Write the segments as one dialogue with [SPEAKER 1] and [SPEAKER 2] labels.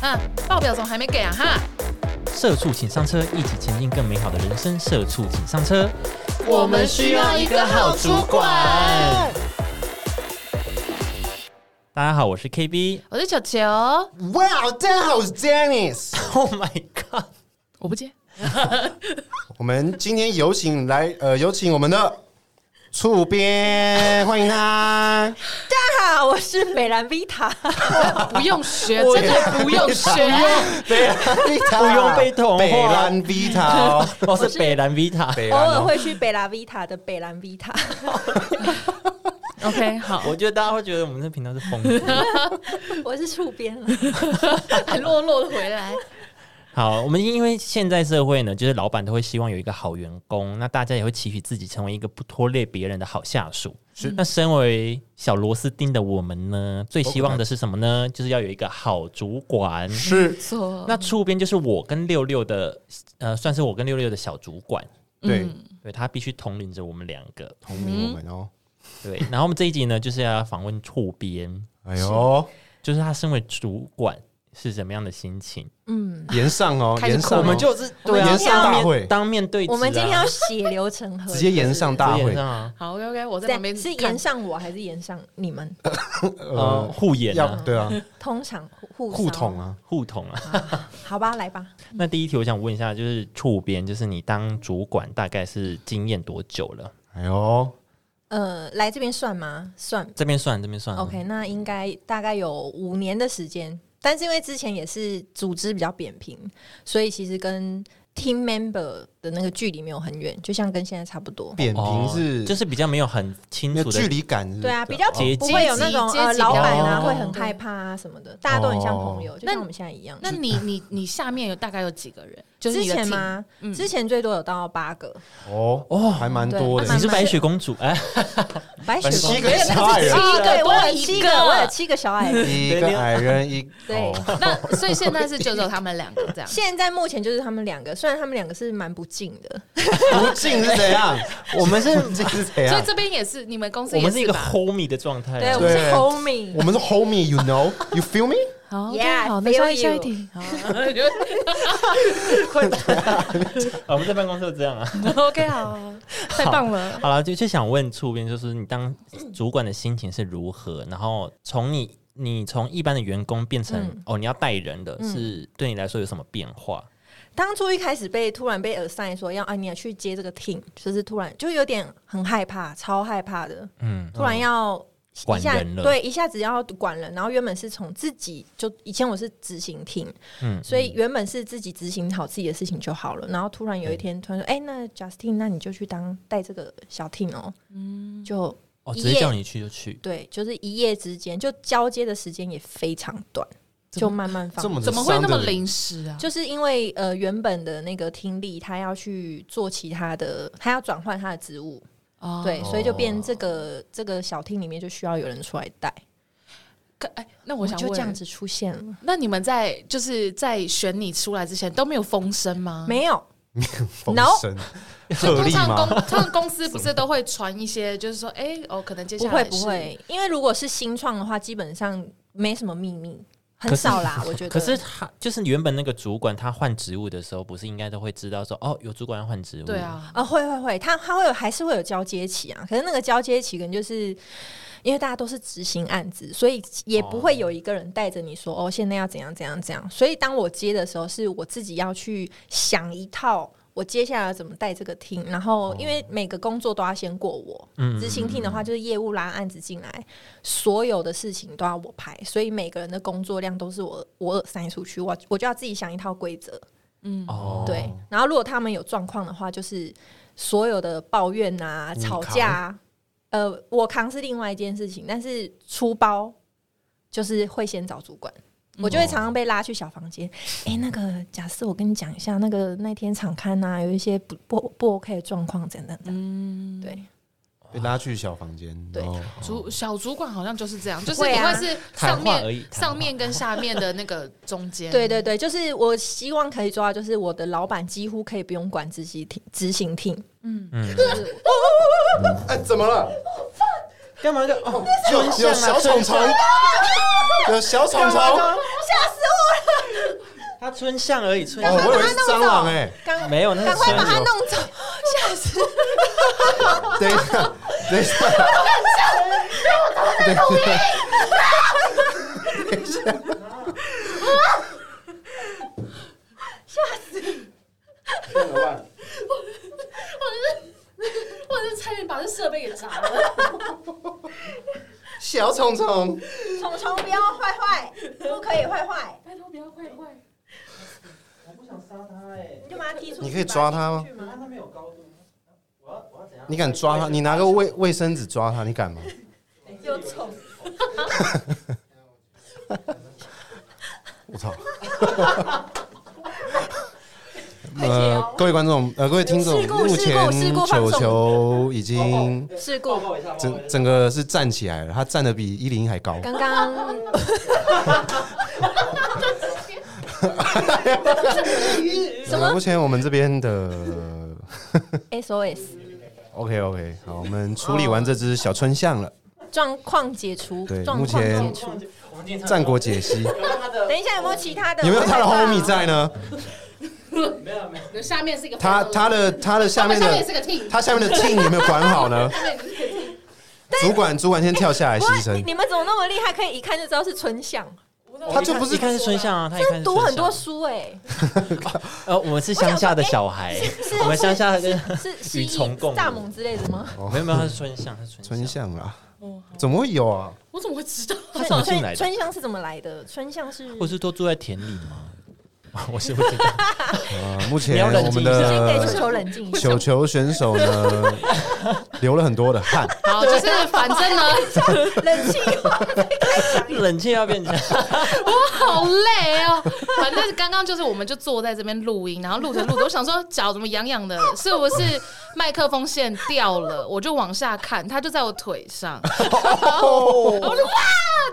[SPEAKER 1] 啊，报表怎么还没给啊？哈，
[SPEAKER 2] 社畜请上车，一起前进更美好的人生。社畜请上车。
[SPEAKER 1] 我们需要一个好主管
[SPEAKER 2] 大家好，我是 KB。
[SPEAKER 1] 我是球球，
[SPEAKER 3] 哇，大家好，我是 Dennis。
[SPEAKER 2] Oh my god！
[SPEAKER 1] 我不接。
[SPEAKER 3] 我们今天有请来，呃，有请我们的厝边，欢迎他。
[SPEAKER 4] 大家好，我是美兰 Vita。
[SPEAKER 1] 不用 学，真的不用学。
[SPEAKER 3] 北兰啊 Vita，
[SPEAKER 2] 不用被同化
[SPEAKER 3] 北兰 Vita，哦
[SPEAKER 2] 我是北兰 Vita。
[SPEAKER 3] 北
[SPEAKER 4] 偶
[SPEAKER 3] 兰
[SPEAKER 4] 尔
[SPEAKER 3] 哦
[SPEAKER 4] 会去北拉 Vita 的北兰 Vita，
[SPEAKER 1] OK，好，
[SPEAKER 2] 我觉得大家会觉得我们这频道是疯子。
[SPEAKER 4] 我是触边 啊了。
[SPEAKER 3] 啊
[SPEAKER 1] 还 落落的回来。
[SPEAKER 2] 好，我们因为现在社会呢，就是老板都会希望有一个好员工，那大家也会期许自己成为一个不拖累别人的好下属。是，那身为小螺丝钉的我们呢，最希望的是什么呢？就是要有一个好主管。
[SPEAKER 3] 是，
[SPEAKER 1] 错，
[SPEAKER 2] 那触边就是我跟六六的，呃，算是我跟六六的小主管，
[SPEAKER 3] 对，
[SPEAKER 2] 对他必须统领着我们两个。
[SPEAKER 3] 同名我们哦。
[SPEAKER 2] 对，然后我们这一集呢，就是要访问触边，
[SPEAKER 3] 哎呦，
[SPEAKER 2] 就是他身为主管是什么样的心情？
[SPEAKER 4] 嗯，
[SPEAKER 3] 延上哦，
[SPEAKER 1] 开始
[SPEAKER 3] 延上哦，
[SPEAKER 1] 扣我们
[SPEAKER 2] 就是
[SPEAKER 3] 对啊
[SPEAKER 2] 当
[SPEAKER 3] 延上大
[SPEAKER 2] 面
[SPEAKER 3] 会
[SPEAKER 2] 当面对质啊，
[SPEAKER 4] 我们今天要血流成河，
[SPEAKER 3] 直接延上大
[SPEAKER 2] 直接
[SPEAKER 3] 会
[SPEAKER 2] 延，上啊，
[SPEAKER 1] 好 OK OK，我在
[SPEAKER 4] 对
[SPEAKER 1] 旁边
[SPEAKER 4] 是
[SPEAKER 1] 看
[SPEAKER 4] 延上我还是延上你们？
[SPEAKER 2] 呃，互演
[SPEAKER 3] 要
[SPEAKER 2] 啊，
[SPEAKER 3] 对啊，
[SPEAKER 4] 通常互
[SPEAKER 3] 互捅，啊，
[SPEAKER 2] 互捅啊。
[SPEAKER 4] 好吧，来吧。
[SPEAKER 2] 那第一题，我想问一下，就是触边，就是你当主管大概是经验多久了？
[SPEAKER 3] 哎呦，
[SPEAKER 4] 呃，来这边算吗？算。
[SPEAKER 2] 这边算，这边
[SPEAKER 3] 嗯
[SPEAKER 2] 算啊。
[SPEAKER 4] OK，那应该大概有五年的时间，但是因为之前也是组织比较扁平，所以其实跟 team member 的那个距离没有很远，就像跟现在差不多。
[SPEAKER 3] 扁平
[SPEAKER 2] 哦
[SPEAKER 3] 是
[SPEAKER 2] 就是比较没有很清
[SPEAKER 3] 那
[SPEAKER 2] 楚的
[SPEAKER 3] 距离感，
[SPEAKER 4] 对啊，比较
[SPEAKER 3] 哦
[SPEAKER 2] 阶
[SPEAKER 4] 不会有那种
[SPEAKER 1] 阶级
[SPEAKER 4] 呃
[SPEAKER 1] 阶级哦
[SPEAKER 4] 老板啊
[SPEAKER 2] 比较
[SPEAKER 4] 会很害怕啊什么的，大家都很像朋友，就
[SPEAKER 1] 那
[SPEAKER 4] 像我们现在一样。
[SPEAKER 1] 那你你你下面有大概有几个人？就是
[SPEAKER 4] 之
[SPEAKER 1] 你的
[SPEAKER 4] 前
[SPEAKER 1] team？
[SPEAKER 4] 吗？
[SPEAKER 1] 嗯
[SPEAKER 4] 之前最多有到八个，
[SPEAKER 3] 哦哦，还蛮多
[SPEAKER 4] 对
[SPEAKER 2] 你
[SPEAKER 3] 的
[SPEAKER 4] 啊，
[SPEAKER 2] 是白雪公主哎，
[SPEAKER 4] 白雪公
[SPEAKER 3] 七
[SPEAKER 4] 主
[SPEAKER 3] 个小啊矮人，
[SPEAKER 1] 七个
[SPEAKER 4] 对我有
[SPEAKER 1] 多一
[SPEAKER 4] 七
[SPEAKER 1] 个
[SPEAKER 4] 个，嗯我有七个小矮 人。
[SPEAKER 3] 一个矮人一
[SPEAKER 4] 对
[SPEAKER 3] 哦
[SPEAKER 1] 那所以现在是就只有他们两个 这样。
[SPEAKER 4] 现在目前就是他们两个，虽然他们两个是蛮不敬的，
[SPEAKER 3] 不敬是怎 样？我们是不敬是怎
[SPEAKER 1] 所以
[SPEAKER 3] 样？
[SPEAKER 1] 这边也是你啊们公司
[SPEAKER 2] 我们
[SPEAKER 1] 也
[SPEAKER 2] 是一个
[SPEAKER 1] 吧？
[SPEAKER 2] homie 的状态啊。
[SPEAKER 4] 哎对我们是
[SPEAKER 3] 对
[SPEAKER 4] homie，
[SPEAKER 3] 我们是 homie，you know，you feel me？
[SPEAKER 1] 好
[SPEAKER 4] Yeah，
[SPEAKER 1] 好，那
[SPEAKER 4] feel
[SPEAKER 1] 下一
[SPEAKER 4] you
[SPEAKER 1] 下一题。 好
[SPEAKER 2] 啊我们在办公室都这样 啊。
[SPEAKER 1] OK，好，太棒了。
[SPEAKER 2] 好了，就就想问触边，就是你当主管的心情是如何？然后从你你从一般的员工变成、
[SPEAKER 4] 嗯
[SPEAKER 2] 哦，你要带人的，是对你来说有什么变化？
[SPEAKER 4] 当初一开始被突然被 assign 说要啊你要去接这个 team，就是突然就有点很害怕，超害怕的。
[SPEAKER 2] 嗯，
[SPEAKER 4] 突然要
[SPEAKER 2] 管
[SPEAKER 4] 一下
[SPEAKER 2] 人了
[SPEAKER 4] 对，一下子要管人，然后原本是从自己就以前我是执行厅，
[SPEAKER 2] 嗯
[SPEAKER 4] 所以原本是自己执行好自己的事情就好了，然后突然有一天突然说，哎、
[SPEAKER 2] 嗯
[SPEAKER 4] 那 Justin，那你就去当带这个小 team 哦，嗯，就
[SPEAKER 2] 哦，直
[SPEAKER 4] 一
[SPEAKER 2] 接
[SPEAKER 4] 夜
[SPEAKER 2] 叫你去就去，
[SPEAKER 4] 对，就是一夜之间就交接的时间也非常短，就慢慢放
[SPEAKER 3] 这 么
[SPEAKER 1] 怎么会那么？临时啊？
[SPEAKER 4] 就是因为呃，原本的那个听力，他要去做其他的，他要转换他的职务，
[SPEAKER 1] 哦
[SPEAKER 4] 对，所以就变这个这个小厅里面就需要有人出来带，
[SPEAKER 1] 可哎，那我想
[SPEAKER 4] 就
[SPEAKER 1] 问，
[SPEAKER 4] 这样子出现了。
[SPEAKER 1] 那你们在就是在选你出来之前都没有风声吗？
[SPEAKER 4] 没有，
[SPEAKER 3] 风声
[SPEAKER 1] 所以
[SPEAKER 3] 鹤
[SPEAKER 1] 通
[SPEAKER 3] 立
[SPEAKER 1] 常公
[SPEAKER 3] 吗？
[SPEAKER 1] 通常公司不是都会传一些，就是说，哎、哦，可能接
[SPEAKER 4] 不
[SPEAKER 1] 下
[SPEAKER 4] 会
[SPEAKER 1] 来
[SPEAKER 4] 不
[SPEAKER 1] 是，
[SPEAKER 4] 会，因为如果是新创的话，基本上没什么秘密，很少啦。我觉得，
[SPEAKER 2] 可是他就是原本那个主管，他换职务的时候，不是应该都会知道说哦，有主管要换职务？
[SPEAKER 1] 对，啊，
[SPEAKER 4] 啊、会会会，他他会有还是会有交接期啊。可是那个交接期可能就是因为大家都是执行案子，所以也不会有一个人带着你说哦现在要怎样怎样怎样。所以当我接的时候，是我自己要去想一套。我接下来要怎么带这个厅，然后因
[SPEAKER 2] 哦
[SPEAKER 4] 为每个工作都要先过我，
[SPEAKER 2] 嗯
[SPEAKER 4] 执行厅的话就是业务拉案子进来，所有的事情都要我排，所以每个人的工作量都是我我塞出去，我我就要自己想一套规则，
[SPEAKER 2] 哦，
[SPEAKER 4] 对，然后如果他们有状况的话，就是所有的抱怨啊、
[SPEAKER 3] 你
[SPEAKER 4] 吵架啊，呃，我扛是另外一件事情，但是出包就是会先找主管。我就会常常被拉去小房间。哎、那个，假设我跟你讲一下，那个那天场刊啊，有一些不不不 OK 的状况，怎样怎样。嗯，对，
[SPEAKER 3] 被拉去小房间，
[SPEAKER 4] 对
[SPEAKER 3] 然后
[SPEAKER 1] 主小主管好像就是这样，就是
[SPEAKER 4] 会
[SPEAKER 1] 你
[SPEAKER 4] 啊
[SPEAKER 1] 会是
[SPEAKER 2] 谈
[SPEAKER 1] 上
[SPEAKER 2] 话
[SPEAKER 1] 面、
[SPEAKER 2] 而已谈话
[SPEAKER 1] 上面跟下面的那个中间，
[SPEAKER 4] 对对对，就是我希望可以做到，就是我的老板几乎可以不用管执行厅，执行厅。
[SPEAKER 3] 哎，怎么了？
[SPEAKER 2] 干嘛就哦，
[SPEAKER 3] 有
[SPEAKER 2] 真相
[SPEAKER 3] 有
[SPEAKER 2] 啊
[SPEAKER 3] 小虫虫，有小虫虫，哦，
[SPEAKER 2] 他春象而已，春象、
[SPEAKER 3] 哦我以为是蟑螂哎，
[SPEAKER 4] 刚
[SPEAKER 2] 没有，那
[SPEAKER 4] 赶
[SPEAKER 2] 是
[SPEAKER 4] 快
[SPEAKER 2] 春
[SPEAKER 4] 把它
[SPEAKER 2] 游。
[SPEAKER 4] 弄走，吓死！
[SPEAKER 3] 等一下， 等一下， 等一下，
[SPEAKER 1] 我是差点把这设备给砸了。
[SPEAKER 3] 小虫虫，
[SPEAKER 4] 虫虫不要坏坏，不可以坏坏，
[SPEAKER 1] 拜托不要坏坏，
[SPEAKER 2] 我不想杀他哎、
[SPEAKER 1] 欸
[SPEAKER 4] 你就把它踢出去。
[SPEAKER 3] 你可以抓它吗
[SPEAKER 4] 把它踢出去
[SPEAKER 2] 他没有高度。我要我要怎样
[SPEAKER 3] 你敢抓它？你拿个卫卫生纸抓它，你敢吗？
[SPEAKER 4] 有虫，
[SPEAKER 3] 我 操！呃，各位观众，呃，各位听众
[SPEAKER 4] 事，故
[SPEAKER 3] 目
[SPEAKER 4] 事
[SPEAKER 3] 前
[SPEAKER 4] 故事故放
[SPEAKER 3] 球
[SPEAKER 4] 纵
[SPEAKER 3] 球已经
[SPEAKER 4] 事故
[SPEAKER 2] 报告一下，报告
[SPEAKER 3] 整
[SPEAKER 2] 一下
[SPEAKER 3] 整个是站起来了，他站的比一零一还高。
[SPEAKER 4] 刚 刚
[SPEAKER 3] 呃、目前我们这边的
[SPEAKER 4] SOS
[SPEAKER 3] OK OK，好，我们处理完这只小春象了，
[SPEAKER 4] 状况解除
[SPEAKER 3] 对，
[SPEAKER 4] 状
[SPEAKER 3] 目
[SPEAKER 4] 况
[SPEAKER 3] 前
[SPEAKER 4] 解除。
[SPEAKER 2] 我们今天
[SPEAKER 3] 战国解析，
[SPEAKER 4] 等一下有没有其他的？
[SPEAKER 3] 有没有他的
[SPEAKER 4] 我害怕
[SPEAKER 3] homie 在呢？
[SPEAKER 2] 没有没有，
[SPEAKER 1] 下面是一个
[SPEAKER 3] 他他的他的下面
[SPEAKER 1] 下面也是
[SPEAKER 3] 的
[SPEAKER 1] 个 team，
[SPEAKER 3] 他下面的 team 有没有管好呢？ 主管主管先跳下来
[SPEAKER 4] 不
[SPEAKER 3] 牺
[SPEAKER 4] 是你
[SPEAKER 3] 牲，
[SPEAKER 4] 你们怎么那么厉害？可以一看就知道是纯享，
[SPEAKER 3] 他就不是
[SPEAKER 2] 一看是春象啊，他一看是
[SPEAKER 4] 读很多
[SPEAKER 2] 春象
[SPEAKER 4] 书哎，
[SPEAKER 2] 呃，我们是乡下的小孩，
[SPEAKER 4] 是
[SPEAKER 2] 我们乡下的
[SPEAKER 4] 是
[SPEAKER 2] 与
[SPEAKER 4] 蜥
[SPEAKER 2] 虫共舞
[SPEAKER 4] 蜴、
[SPEAKER 2] 哦
[SPEAKER 4] 蚱蜢之类的吗？
[SPEAKER 2] 没有没有，他是春象，他是春
[SPEAKER 3] 春
[SPEAKER 2] 象。
[SPEAKER 3] 象啦，怎么会有啊？
[SPEAKER 1] 我怎么会知道？
[SPEAKER 2] 他怎么哎进来
[SPEAKER 4] 春
[SPEAKER 2] 的？
[SPEAKER 4] 春香是怎么来的？春香是
[SPEAKER 2] 我是都住在田里 吗？我是不知道。
[SPEAKER 3] 呃，目
[SPEAKER 2] 你
[SPEAKER 3] 前
[SPEAKER 2] 要冷
[SPEAKER 3] 我
[SPEAKER 2] 静一
[SPEAKER 3] 们
[SPEAKER 2] 下
[SPEAKER 4] 先给
[SPEAKER 3] 的
[SPEAKER 4] 球
[SPEAKER 2] 呃
[SPEAKER 4] 球冷静一下。
[SPEAKER 3] 球球选手 呢，流了很多的汗。
[SPEAKER 1] 好，就是反正呢，
[SPEAKER 4] 冷 气话，
[SPEAKER 2] 冷气要变强，
[SPEAKER 1] 好累哦。反正刚刚就是，我们就坐在这边录音，然后录着录着，我想说脚怎么痒痒的，是不是麦克风线掉了？我就往下看，它就在我腿上，然后我就哇，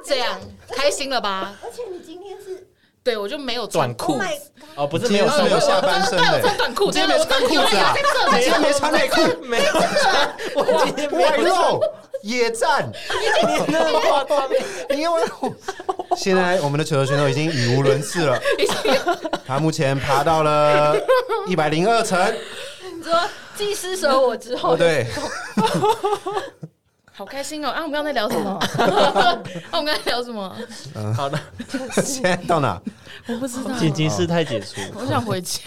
[SPEAKER 1] 这样开心了吧？
[SPEAKER 4] 而且你今天是
[SPEAKER 1] 对，我就没有穿
[SPEAKER 2] 短裤
[SPEAKER 4] Oh my God
[SPEAKER 2] 哦，不是没有
[SPEAKER 3] 今天是没有
[SPEAKER 2] 上
[SPEAKER 3] 下半身
[SPEAKER 1] 真的我
[SPEAKER 3] 的
[SPEAKER 1] 穿，短裤，
[SPEAKER 3] 今天没穿裤子啊
[SPEAKER 1] 在这
[SPEAKER 3] 今
[SPEAKER 1] 里
[SPEAKER 3] 天没穿内裤，
[SPEAKER 2] 没有穿， 我今天没
[SPEAKER 3] 外
[SPEAKER 2] 有
[SPEAKER 3] 露野战，
[SPEAKER 2] 穿那么夸 张。
[SPEAKER 3] 你有没有？ 现在我们的球球选手已经语无伦次了，他目前爬到了一百零二层，
[SPEAKER 4] 你说既失手我之后
[SPEAKER 3] 哦，对，
[SPEAKER 1] 好开心哦！啊，我们刚才聊什 么？啊，我们刚才聊什么？
[SPEAKER 2] 好的，
[SPEAKER 3] 现在到哪？
[SPEAKER 1] 我不知道，
[SPEAKER 2] 紧急事态解除。
[SPEAKER 1] 我想回家。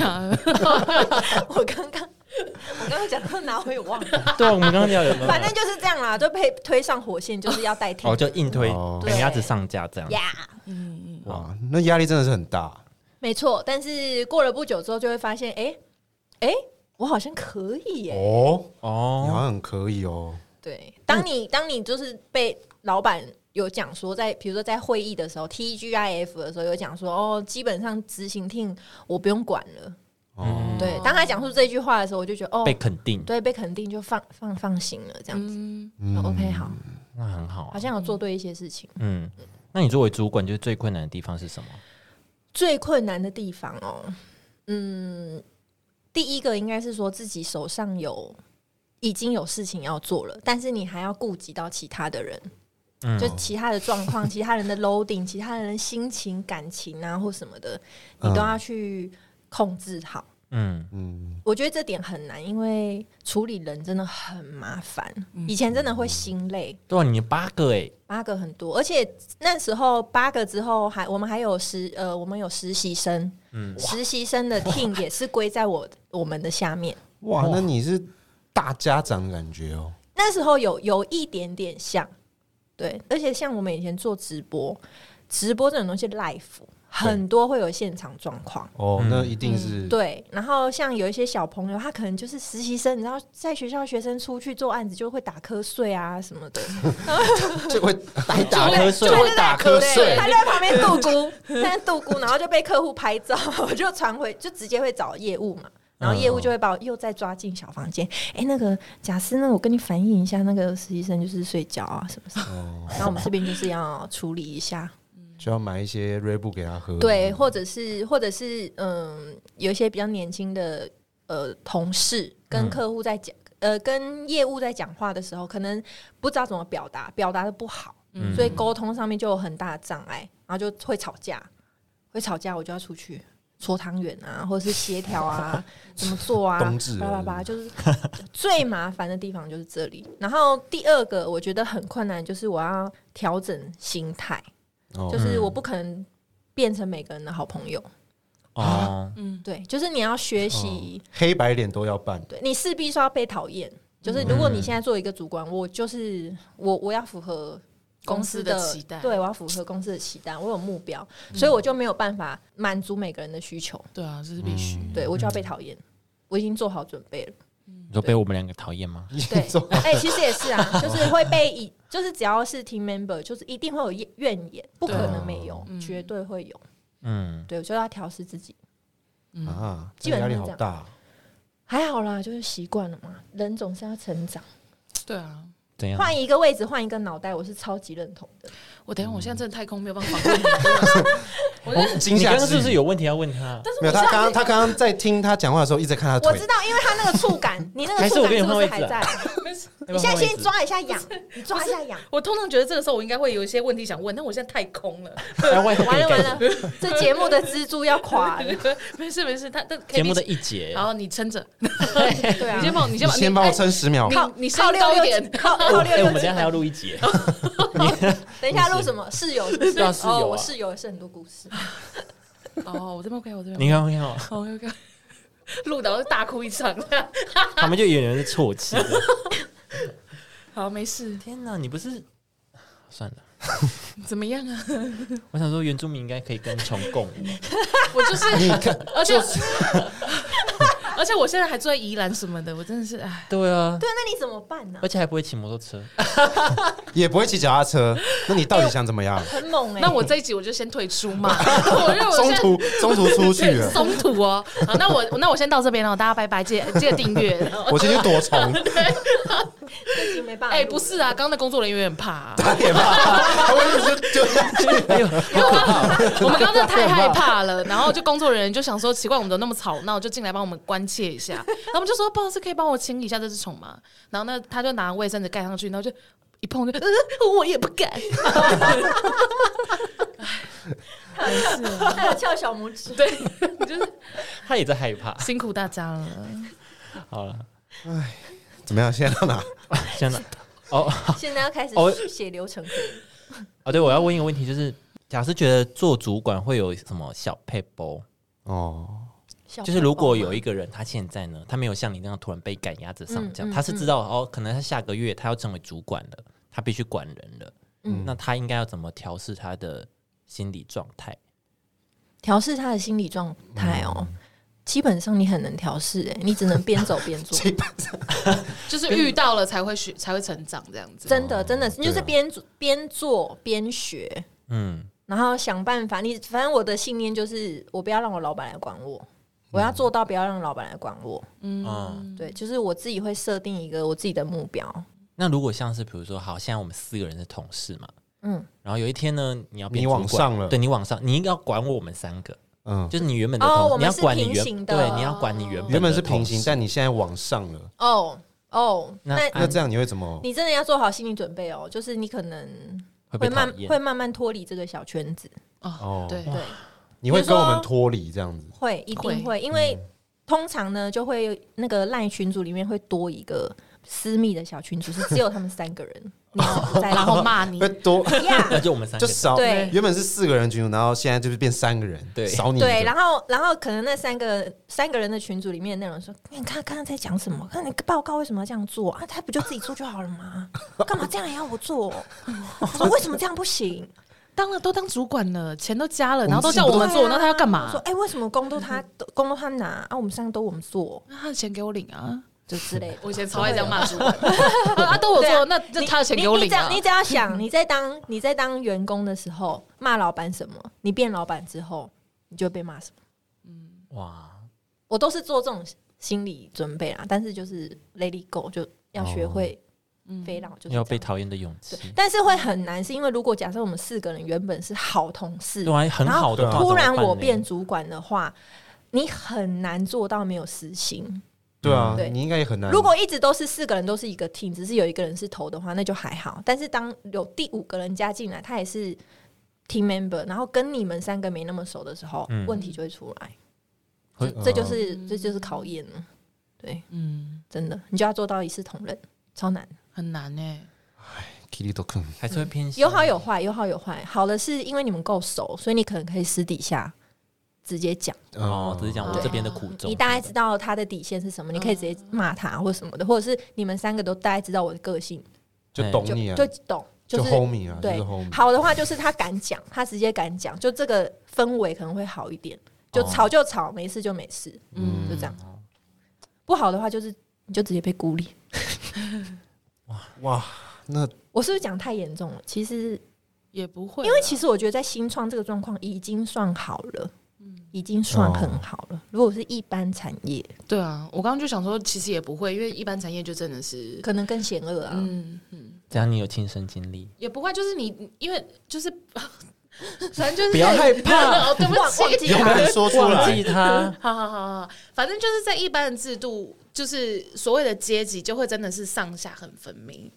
[SPEAKER 4] 我刚刚我刚刚讲到哪我也忘 了，
[SPEAKER 2] 对，啊我们刚刚聊什么？
[SPEAKER 4] 反正就是这样啦，就被推上火线，就是要代替
[SPEAKER 2] 哦，就硬推
[SPEAKER 3] 哦，
[SPEAKER 2] 赶鸭子上架这样。
[SPEAKER 4] 呀。
[SPEAKER 3] 哇，那压力真的是很大。
[SPEAKER 4] 没错，但是过了不久之后就会发现，哎哎，我好像可以耶。
[SPEAKER 3] 哦，你好
[SPEAKER 2] 哦，
[SPEAKER 3] 像很可以哦。
[SPEAKER 4] 对，当你当你就是被老板有讲说在，比如说在会议的时候，TGIF 的时候有讲说，哦，基本上执行 team 我不用管了。
[SPEAKER 2] 嗯
[SPEAKER 3] 哦，
[SPEAKER 4] 对，当他讲出这句话的时候，我就觉得哦
[SPEAKER 2] 被，肯定，
[SPEAKER 4] 对，被肯定就放放放心了，这样子。
[SPEAKER 1] 嗯，
[SPEAKER 4] 哦 OK，好，
[SPEAKER 2] 那很好啊
[SPEAKER 4] 好。像有做对一些事情。
[SPEAKER 2] 嗯，那你作为主管，觉得最困难的地方是什么？
[SPEAKER 4] 最困难的地方哦，嗯，第一个应该是说自己手上有已经有事情要做了，但是你还要顾及到其他的人，
[SPEAKER 2] 嗯
[SPEAKER 4] 就其他的状况、其他人的 loading、其他人的心情、感情啊或什么的，你都要去控制好。
[SPEAKER 2] 嗯，
[SPEAKER 3] 嗯，
[SPEAKER 4] 我觉得这点很难，因为处理人真的很麻烦，以前真的会心累。
[SPEAKER 2] 对啊，你八个哎，
[SPEAKER 4] 八个很多，而且那时候八个之后还我们还有实呃，我们有实习生，
[SPEAKER 2] 嗯
[SPEAKER 4] 实习生的 team 也是归在我我们的下面。
[SPEAKER 3] 哇，那你是大家长的感觉哦。
[SPEAKER 4] 那时候有有一点点像，对，而且像我们以前做直播，直播这种东西 live 很多会有现场状况。
[SPEAKER 3] 哦，
[SPEAKER 2] 嗯
[SPEAKER 3] 那一定是
[SPEAKER 4] 对，然后像有一些小朋友，他可能就是实习生，你知道，在学校学生出去做案子就会打瞌睡啊什么的，
[SPEAKER 3] 就会
[SPEAKER 2] 还打瞌睡，
[SPEAKER 3] 会打瞌睡
[SPEAKER 4] 对，他就在旁边度咕，但是度咕，然后就被客户拍照， 我就传回，就直接会找业务嘛。然后业
[SPEAKER 3] 嗯
[SPEAKER 4] 务就会把我又再抓进小房间。哎、那个贾斯，那个我跟你反映一下，那个实习生就是睡觉啊，什么什么。然后我们这边就是要处理 一下，
[SPEAKER 3] 哦就要买一些 r e b o 给他喝。
[SPEAKER 4] 对，或者是或者是嗯，有一些比较年轻的呃同事跟客户在讲，呃跟业务在讲话的时候，可能不知道怎么表达，表达的不好，
[SPEAKER 2] 嗯
[SPEAKER 4] 所以沟通上面就有很大的障碍，然后就会吵架，会吵架我就要出去。搓汤圆啊，或者是协调啊，怎么做啊，
[SPEAKER 3] 冬至了
[SPEAKER 4] 巴拉巴拉，就是最麻烦的地方就是这里。然后第二个我觉得很困难，就是我要调整心态，
[SPEAKER 3] 哦
[SPEAKER 4] 就是我不可能变成每个人的好朋友。
[SPEAKER 2] 哦，
[SPEAKER 4] 对，就是你要学习，
[SPEAKER 3] 哦黑白脸都要办，
[SPEAKER 4] 对你势必说要被讨厌。就是如果你现在做一个主管，我就是我，我要符合
[SPEAKER 1] 公司
[SPEAKER 4] 司
[SPEAKER 1] 的期待
[SPEAKER 4] 对我要符合公司的期待，我有目标，所以我就没有办法满足每个人的需求，
[SPEAKER 1] 对啊，这是必
[SPEAKER 3] 嗯
[SPEAKER 1] 须。
[SPEAKER 4] 对我就要被讨厌。我已经做好准备了，
[SPEAKER 2] 你说被我们两个讨厌吗？
[SPEAKER 4] 对，哎、其实也是啊，就是会被以，就是只要是 team member，就是一定会有怨怨言，不可能没
[SPEAKER 1] 啊
[SPEAKER 4] 有，绝对会有。
[SPEAKER 2] 嗯，
[SPEAKER 4] 对，我就要调试自己，
[SPEAKER 3] 啊，
[SPEAKER 4] 嗯基
[SPEAKER 3] 这个
[SPEAKER 4] 本
[SPEAKER 3] 压
[SPEAKER 4] 上
[SPEAKER 3] 力
[SPEAKER 4] 是
[SPEAKER 3] 好大啊。
[SPEAKER 4] 还好啦，就是习惯了嘛，人总是要成长。
[SPEAKER 1] 对啊，
[SPEAKER 2] 怎样？
[SPEAKER 4] 换一个位置，换一个脑袋，我是超级认同的。
[SPEAKER 1] 我等一下，我现在真的太空没有办法访问你。我就
[SPEAKER 3] 哦惊
[SPEAKER 2] 你
[SPEAKER 3] 吓
[SPEAKER 2] 刚刚
[SPEAKER 3] 自己
[SPEAKER 2] 是不是有问题要问他？
[SPEAKER 3] 没有，他刚刚他刚刚在听他讲话的时候一直在看他
[SPEAKER 4] 我
[SPEAKER 3] 腿
[SPEAKER 4] 知，道，因为他那个触 感，你那
[SPEAKER 2] 还是
[SPEAKER 4] 个触
[SPEAKER 2] 我
[SPEAKER 4] 感
[SPEAKER 2] 给你
[SPEAKER 4] 是
[SPEAKER 2] 换
[SPEAKER 4] 不
[SPEAKER 2] 位
[SPEAKER 4] 是
[SPEAKER 2] 置
[SPEAKER 4] 还
[SPEAKER 2] 啊
[SPEAKER 4] 在？
[SPEAKER 2] 你
[SPEAKER 4] 你现在先抓一下痒，你抓一下痒。
[SPEAKER 1] 我通常觉得这个时候我应该会有一些问题想问，但我现在太空了。
[SPEAKER 2] 来外头
[SPEAKER 4] 完
[SPEAKER 2] 给
[SPEAKER 4] 了
[SPEAKER 2] 你
[SPEAKER 4] 完
[SPEAKER 2] 盖
[SPEAKER 4] 了，这节目的支柱要垮了。
[SPEAKER 1] 没事没事，他但
[SPEAKER 2] 节目的
[SPEAKER 1] KB
[SPEAKER 2] 一节
[SPEAKER 1] 然，后你撑着，
[SPEAKER 4] 对啊
[SPEAKER 1] 你，先帮我，你
[SPEAKER 3] 你
[SPEAKER 1] 先把
[SPEAKER 3] 先帮我撑十秒
[SPEAKER 1] 你。
[SPEAKER 4] 靠
[SPEAKER 1] 你声
[SPEAKER 4] 靠
[SPEAKER 1] 音
[SPEAKER 4] 六
[SPEAKER 1] 高一
[SPEAKER 4] 六
[SPEAKER 1] 点
[SPEAKER 4] 几靠
[SPEAKER 2] 哎，
[SPEAKER 4] 靠六
[SPEAKER 2] 我
[SPEAKER 4] 六
[SPEAKER 2] 们等一
[SPEAKER 4] 几
[SPEAKER 2] 下还要录一节，
[SPEAKER 4] 等一下录什么室友是不是？
[SPEAKER 2] 对啊室友啊
[SPEAKER 4] 哦，我室友也是很多故事。
[SPEAKER 1] 你 哦，我这边 OK，我这边
[SPEAKER 2] 你看，你看，
[SPEAKER 1] 哦 OK，录到大哭一场。
[SPEAKER 2] 他们就有人是啜泣的。
[SPEAKER 1] 好，没事，
[SPEAKER 2] 天哪，你不是算了。
[SPEAKER 1] 怎么样啊？
[SPEAKER 2] 我想说，原住民应该可以跟虫共舞，
[SPEAKER 1] 我就是，
[SPEAKER 3] 你看，
[SPEAKER 1] 而且 而且我现在还住在宜兰什么的，我真的是哎，
[SPEAKER 2] 对啊，
[SPEAKER 4] 对，那你怎么办呢
[SPEAKER 2] 而？且还不会骑摩托车，
[SPEAKER 3] 也不会骑脚踏车，那你
[SPEAKER 4] 哎
[SPEAKER 3] 到底想怎么 样？
[SPEAKER 4] 很猛哎。
[SPEAKER 1] 那我这一集我就先退出 嘛，我因为我
[SPEAKER 3] 中
[SPEAKER 1] 现在。
[SPEAKER 3] 途中途出去 了，
[SPEAKER 1] 松土哦，好，那我那我先到这边了，哦大家拜拜，记得记得订阅。
[SPEAKER 3] 我先去躲虫，
[SPEAKER 4] 这集没办法。
[SPEAKER 1] 哎、不是，啊，刚刚那工作人员有点怕、 啊，
[SPEAKER 3] 他也怕， 他会一直就
[SPEAKER 2] 哎呦，
[SPEAKER 1] 我们刚刚真的太害怕了，然后就工作人员就想说，奇怪，我们怎么那么吵闹，就进来帮我们关切一下。然后我们就说，不好意思，可以帮我清理一下这只虫吗？然后呢，他就拿卫生纸盖上去，然后就一碰就，呃、我也不敢。
[SPEAKER 4] 他有翘小拇指。
[SPEAKER 1] 对，就是
[SPEAKER 2] 他也在害怕。
[SPEAKER 1] 辛苦大家了。
[SPEAKER 2] 好了，
[SPEAKER 3] 怎么样？现在到哪？
[SPEAKER 2] 真的。哦
[SPEAKER 4] 现在要开始
[SPEAKER 2] 哦
[SPEAKER 4] 写流程图，
[SPEAKER 2] 哦，对，我要问一个问题，就是假设觉得做主管会有什么小配包？
[SPEAKER 3] 哦，
[SPEAKER 4] 小
[SPEAKER 2] 就是如果有
[SPEAKER 4] 宝宝
[SPEAKER 2] 一个人，他现在呢，他没有像你那样突然被赶鸭子上架，
[SPEAKER 4] 嗯嗯
[SPEAKER 2] 他是知道哦，可能他下个月他要成为主管了，他必须管人了。
[SPEAKER 4] 嗯
[SPEAKER 2] 那他应该要怎么调试他的心理状态？
[SPEAKER 4] 调试他的心理状态哦。
[SPEAKER 2] 嗯
[SPEAKER 4] 基本上你很能调试，哎，你只能边走边 做，
[SPEAKER 3] 基本上
[SPEAKER 1] 就是遇到了才会学，才会成长这样子。
[SPEAKER 4] 真的真
[SPEAKER 2] 哦啊
[SPEAKER 4] 的，你就是边做边做边学，
[SPEAKER 2] 嗯，
[SPEAKER 4] 然后想办法。你反正我的信念就是，我不要让我老板来管我，我
[SPEAKER 2] 嗯
[SPEAKER 4] 要做到不要让老板来管我。
[SPEAKER 2] 哦
[SPEAKER 1] 嗯，
[SPEAKER 4] 对，就是我自己会设定一个我自己的目标。
[SPEAKER 2] 那如果像是比如说，好，现在我们四个人是同事嘛，
[SPEAKER 4] 嗯，
[SPEAKER 2] 然后有一天呢，你要变
[SPEAKER 3] 你
[SPEAKER 2] 主
[SPEAKER 3] 往
[SPEAKER 2] 管
[SPEAKER 3] 上了
[SPEAKER 2] 对你往上，你应该要管我们三个，
[SPEAKER 3] 嗯，
[SPEAKER 2] 就是你原本的
[SPEAKER 4] 哦
[SPEAKER 2] 同，
[SPEAKER 4] 我
[SPEAKER 2] 你要
[SPEAKER 4] 们是
[SPEAKER 2] 管你
[SPEAKER 4] 平
[SPEAKER 2] 原
[SPEAKER 4] 行的
[SPEAKER 2] 对，你要管你原本
[SPEAKER 3] 原本
[SPEAKER 2] 的
[SPEAKER 3] 是平
[SPEAKER 2] 同
[SPEAKER 3] 行
[SPEAKER 2] 事，
[SPEAKER 3] 但你现在往上了，
[SPEAKER 4] 哦哦，
[SPEAKER 2] 那
[SPEAKER 4] 那
[SPEAKER 3] 那这样你会怎么？
[SPEAKER 4] 你真的要做好心理准备哦，就是你可能
[SPEAKER 2] 会被
[SPEAKER 4] 会
[SPEAKER 2] 讨
[SPEAKER 4] 慢
[SPEAKER 2] 厌
[SPEAKER 4] 会慢慢脱离这个小圈子，
[SPEAKER 1] 哦
[SPEAKER 3] 哦，
[SPEAKER 1] 对，
[SPEAKER 4] 对，
[SPEAKER 3] 你会
[SPEAKER 4] 比如
[SPEAKER 3] 跟
[SPEAKER 4] 说
[SPEAKER 3] 我们脱离这样子？
[SPEAKER 4] 会一
[SPEAKER 1] 会
[SPEAKER 4] 定会，因为
[SPEAKER 2] 嗯
[SPEAKER 4] 通常呢就会那个赖群组里面会多一个私密的小群组，是只有他们三 个人，你是不在
[SPEAKER 1] 然后骂你
[SPEAKER 3] 会，多
[SPEAKER 2] 那
[SPEAKER 4] 呀。
[SPEAKER 2] 就我们三个
[SPEAKER 3] 就少，
[SPEAKER 4] 对
[SPEAKER 3] 原本是四个人群组，然后现在就是变三个人，
[SPEAKER 2] 对
[SPEAKER 3] 少你一
[SPEAKER 4] 对，
[SPEAKER 3] 个
[SPEAKER 4] 然后，然后可能那三个三个人的群组里面的内容说，你看刚刚在讲什么？看你报告为什么要这样做啊？他不就自己做就好了吗？ 干嘛这样也要我做？我说为什么这样不行？
[SPEAKER 1] 当了都当主管了，钱都加了，然后
[SPEAKER 3] 我们
[SPEAKER 1] 都
[SPEAKER 3] 自己
[SPEAKER 1] 叫我们
[SPEAKER 4] 对
[SPEAKER 1] 做，
[SPEAKER 4] 啊
[SPEAKER 1] 那他要干
[SPEAKER 4] 我
[SPEAKER 1] 嘛
[SPEAKER 4] 说，？哎、为什么工都他工都他拿啊？我们三个都我们做，
[SPEAKER 1] 那他的钱给我领啊！
[SPEAKER 4] 就之类的。
[SPEAKER 1] 我以前超爱这样骂主管， 啊，都我
[SPEAKER 4] 对啊
[SPEAKER 1] 做，那那
[SPEAKER 4] 你
[SPEAKER 1] 他的钱给我
[SPEAKER 4] 你你
[SPEAKER 1] 领
[SPEAKER 4] 只要
[SPEAKER 1] 啊！
[SPEAKER 4] 你只要想，你在当你在当员工的时候骂老板什么，你变老板之后你就被骂什么。
[SPEAKER 2] 哇，
[SPEAKER 4] 我都是做这种心理准备啦，但是就是 let it go，就要学会
[SPEAKER 1] 嗯
[SPEAKER 4] 飞浪，就是
[SPEAKER 2] 要
[SPEAKER 4] 这
[SPEAKER 2] 被
[SPEAKER 4] 样。
[SPEAKER 2] 讨厌的勇气，
[SPEAKER 4] 但是会很难，是因为如果假设我们四个人原本是好同事，
[SPEAKER 2] 对啊，很
[SPEAKER 4] 然后
[SPEAKER 2] 好的话，
[SPEAKER 4] 突然
[SPEAKER 2] 怎么办
[SPEAKER 4] 我
[SPEAKER 2] 呢
[SPEAKER 4] 变主管的话，你很难做到没有私心。
[SPEAKER 3] 对啊
[SPEAKER 4] 对，
[SPEAKER 3] 你应该也很难。
[SPEAKER 4] 如果一直都是四个人都是一个 team，只是有一个人是头的话，那就还好。但是当有第五个人加进来，他也是 team member，然后跟你们三个没那么熟的时候，
[SPEAKER 2] 嗯
[SPEAKER 4] 问题就会出来。
[SPEAKER 2] 会嗯
[SPEAKER 4] 这这就是、这就是考验了，对，
[SPEAKER 1] 嗯，
[SPEAKER 4] 真的，你就要做到一视同仁，超难。
[SPEAKER 1] 很难哎、
[SPEAKER 3] Kitty 都坑，
[SPEAKER 2] 还是会偏向
[SPEAKER 4] 有好有坏，有好有坏。好的是因为你们够熟，所以你可能可以私底下直接讲，
[SPEAKER 3] 嗯
[SPEAKER 2] 哦，只是讲我
[SPEAKER 4] 对
[SPEAKER 2] 这边的苦衷。
[SPEAKER 4] 你大概知道他的底线是什么，你可以直接骂他或什么的，或者是你们三个都大概知道我的个性，
[SPEAKER 3] 就
[SPEAKER 2] 哎
[SPEAKER 3] 懂
[SPEAKER 4] 就
[SPEAKER 3] 你啊，
[SPEAKER 4] 就懂，
[SPEAKER 3] 就是 homie 啊，就
[SPEAKER 4] 对
[SPEAKER 3] 是 homie。
[SPEAKER 4] 好的话就是他敢讲，他直接敢讲，就这个氛围可能会好一点。就
[SPEAKER 2] 哦
[SPEAKER 4] 吵就吵，没事就没事，
[SPEAKER 1] 嗯
[SPEAKER 4] 就这样。不好的话就是你就直接被孤立。
[SPEAKER 3] 哇，那
[SPEAKER 4] 我是不是讲太严重了？其实，
[SPEAKER 1] 也不会啦，啊
[SPEAKER 4] 因为其实我觉得在新创这个状况已经算好了，已经算很好了。如果是一般产业，
[SPEAKER 1] 对啊，我刚刚就想说，其实也不会，因为一般产业就真的是，
[SPEAKER 4] 可能更险恶啊。
[SPEAKER 1] 嗯嗯，
[SPEAKER 2] 这样你有亲身经历，
[SPEAKER 1] 也不会，啊就是你，因为就是， 反正就是
[SPEAKER 2] 不要害怕，
[SPEAKER 1] 哦，对不
[SPEAKER 4] 忘忘
[SPEAKER 1] 起，
[SPEAKER 4] 记
[SPEAKER 3] 勇敢说出
[SPEAKER 2] 忘
[SPEAKER 3] 来
[SPEAKER 2] 记，他。
[SPEAKER 1] 好好好好，好反正就是在一般的制度，就是所谓的阶级，就会真的是上下很分明，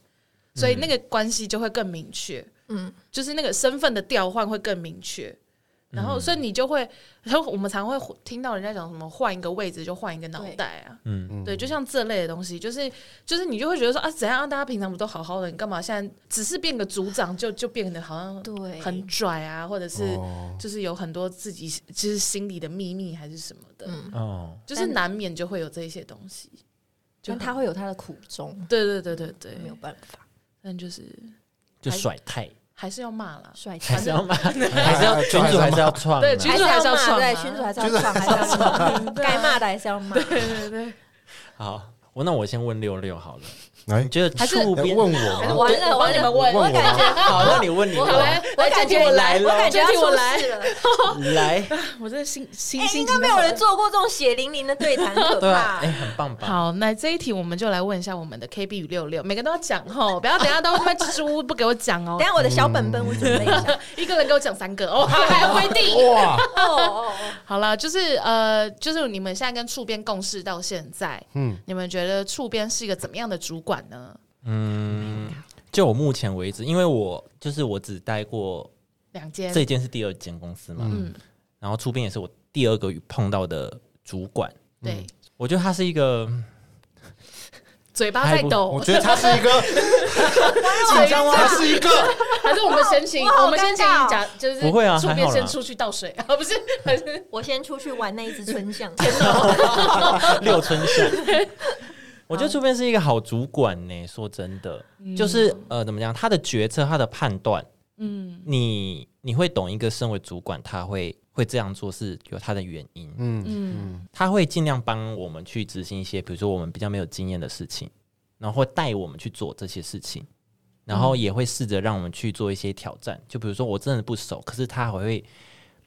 [SPEAKER 1] 所以那个关系就会更明确。
[SPEAKER 4] 嗯
[SPEAKER 1] 嗯，就是那个身份的调换会更明确。然后，所以你就会，然后我们常会听到人家讲什么换一个位置就换一个脑袋啊，
[SPEAKER 2] 嗯，
[SPEAKER 1] 对，就像这类的东西，就是就是你就会觉得说啊，怎样啊？大家平常不都好好的，你干嘛现在只是变个组长就就变得好像
[SPEAKER 4] 对
[SPEAKER 1] 很拽啊，或者是
[SPEAKER 3] 哦
[SPEAKER 1] 就是有很多自己就是心里的秘密还是什么的，
[SPEAKER 2] 哦，
[SPEAKER 1] 就是难免就会有这一些东西。就
[SPEAKER 4] 但
[SPEAKER 1] 很
[SPEAKER 4] 他会有他的苦衷，
[SPEAKER 1] 对对对对对，
[SPEAKER 4] 没有办法。
[SPEAKER 1] 但就是
[SPEAKER 2] 就甩态，
[SPEAKER 1] 还是要骂啦。
[SPEAKER 4] 帅气
[SPEAKER 2] 还是要骂，还 是要群主还是要创啊，
[SPEAKER 1] 对群
[SPEAKER 4] 还
[SPEAKER 1] 主
[SPEAKER 4] 是要
[SPEAKER 1] 还是要
[SPEAKER 4] 骂，
[SPEAKER 1] 爽
[SPEAKER 4] 对，
[SPEAKER 1] 啊
[SPEAKER 4] 群主还是要爽，还是要骂， 该骂的还是要骂。
[SPEAKER 1] 对对对，
[SPEAKER 2] 好，我那我先问六六好了，
[SPEAKER 3] 来
[SPEAKER 2] 你觉得
[SPEAKER 1] 还是
[SPEAKER 2] 触
[SPEAKER 3] 来
[SPEAKER 2] 边
[SPEAKER 3] 哎问
[SPEAKER 1] 还是
[SPEAKER 3] 我吗啊
[SPEAKER 1] 我
[SPEAKER 4] 完
[SPEAKER 1] 对
[SPEAKER 4] 了
[SPEAKER 1] 我帮
[SPEAKER 4] 完
[SPEAKER 1] 你们
[SPEAKER 4] 了，
[SPEAKER 1] 问，
[SPEAKER 3] 问
[SPEAKER 4] 我感
[SPEAKER 3] 我
[SPEAKER 4] 觉
[SPEAKER 2] 好，那你问你
[SPEAKER 1] 我好来来，
[SPEAKER 4] 感
[SPEAKER 1] 暂停
[SPEAKER 4] 觉
[SPEAKER 1] 我来
[SPEAKER 4] 我感
[SPEAKER 1] 了，
[SPEAKER 4] 觉要
[SPEAKER 1] 暂停我
[SPEAKER 4] 出
[SPEAKER 1] 来，
[SPEAKER 4] 事了。
[SPEAKER 2] 来，
[SPEAKER 1] 我真的心心
[SPEAKER 4] 哎、
[SPEAKER 1] 心
[SPEAKER 4] 应
[SPEAKER 1] 情都
[SPEAKER 4] 该没有
[SPEAKER 1] 很
[SPEAKER 4] 人做过这种血淋淋的对谈，可
[SPEAKER 2] 对啊，
[SPEAKER 4] 怕。
[SPEAKER 2] 哎，很棒吧？
[SPEAKER 1] 好，那这一题我们就来问一下我们的 KB 与六六，每个都要讲 吼，不要等一下都他妈猪不给我讲哦
[SPEAKER 4] 等一，下我的小本本我准备一 下。
[SPEAKER 1] 一个人给我讲三个 哦，还要规定。
[SPEAKER 3] 哇，
[SPEAKER 4] 哦哦哦，
[SPEAKER 1] 好了，就是呃，就是你们现在跟触边共事到现在，
[SPEAKER 3] 嗯，
[SPEAKER 1] 你们觉得触边是一个怎么样的主管呢？
[SPEAKER 2] 嗯，就我目前为止，因为我就是我只待过
[SPEAKER 1] 两间，
[SPEAKER 2] 这间是第二间公司嘛，
[SPEAKER 1] 嗯，
[SPEAKER 2] 然后出边也是我第二个与碰到的主管，
[SPEAKER 1] 对，
[SPEAKER 2] 我觉得他是一个
[SPEAKER 1] 嘴巴在
[SPEAKER 3] 我
[SPEAKER 1] 抖，
[SPEAKER 3] 觉得他是一个紧张吗？他是一个
[SPEAKER 1] 还是我们先请
[SPEAKER 4] 我 好
[SPEAKER 1] 我们先请
[SPEAKER 4] 尴尬哦
[SPEAKER 1] 假，就是
[SPEAKER 2] 不会啊
[SPEAKER 1] 触
[SPEAKER 2] 还
[SPEAKER 1] 边
[SPEAKER 2] 好啦
[SPEAKER 1] 先出去倒水啊， 不是，还是
[SPEAKER 4] 我先出去玩那一只春 象，哦
[SPEAKER 2] 六春夏。我觉得出边是一个好主管呢、说真的，就是呃，怎么讲，他的决策、他的判断，
[SPEAKER 1] 嗯
[SPEAKER 2] 你你会懂一个身为主管，他会会这样做是有他的原因，
[SPEAKER 3] 嗯
[SPEAKER 1] 嗯
[SPEAKER 2] 他会尽量帮我们去执行一些，比如说我们比较没有经验的事情，然后会带我们去做这些事情，然后也会试着让我们去做一些挑战。就比如说我真的不熟，可是他还会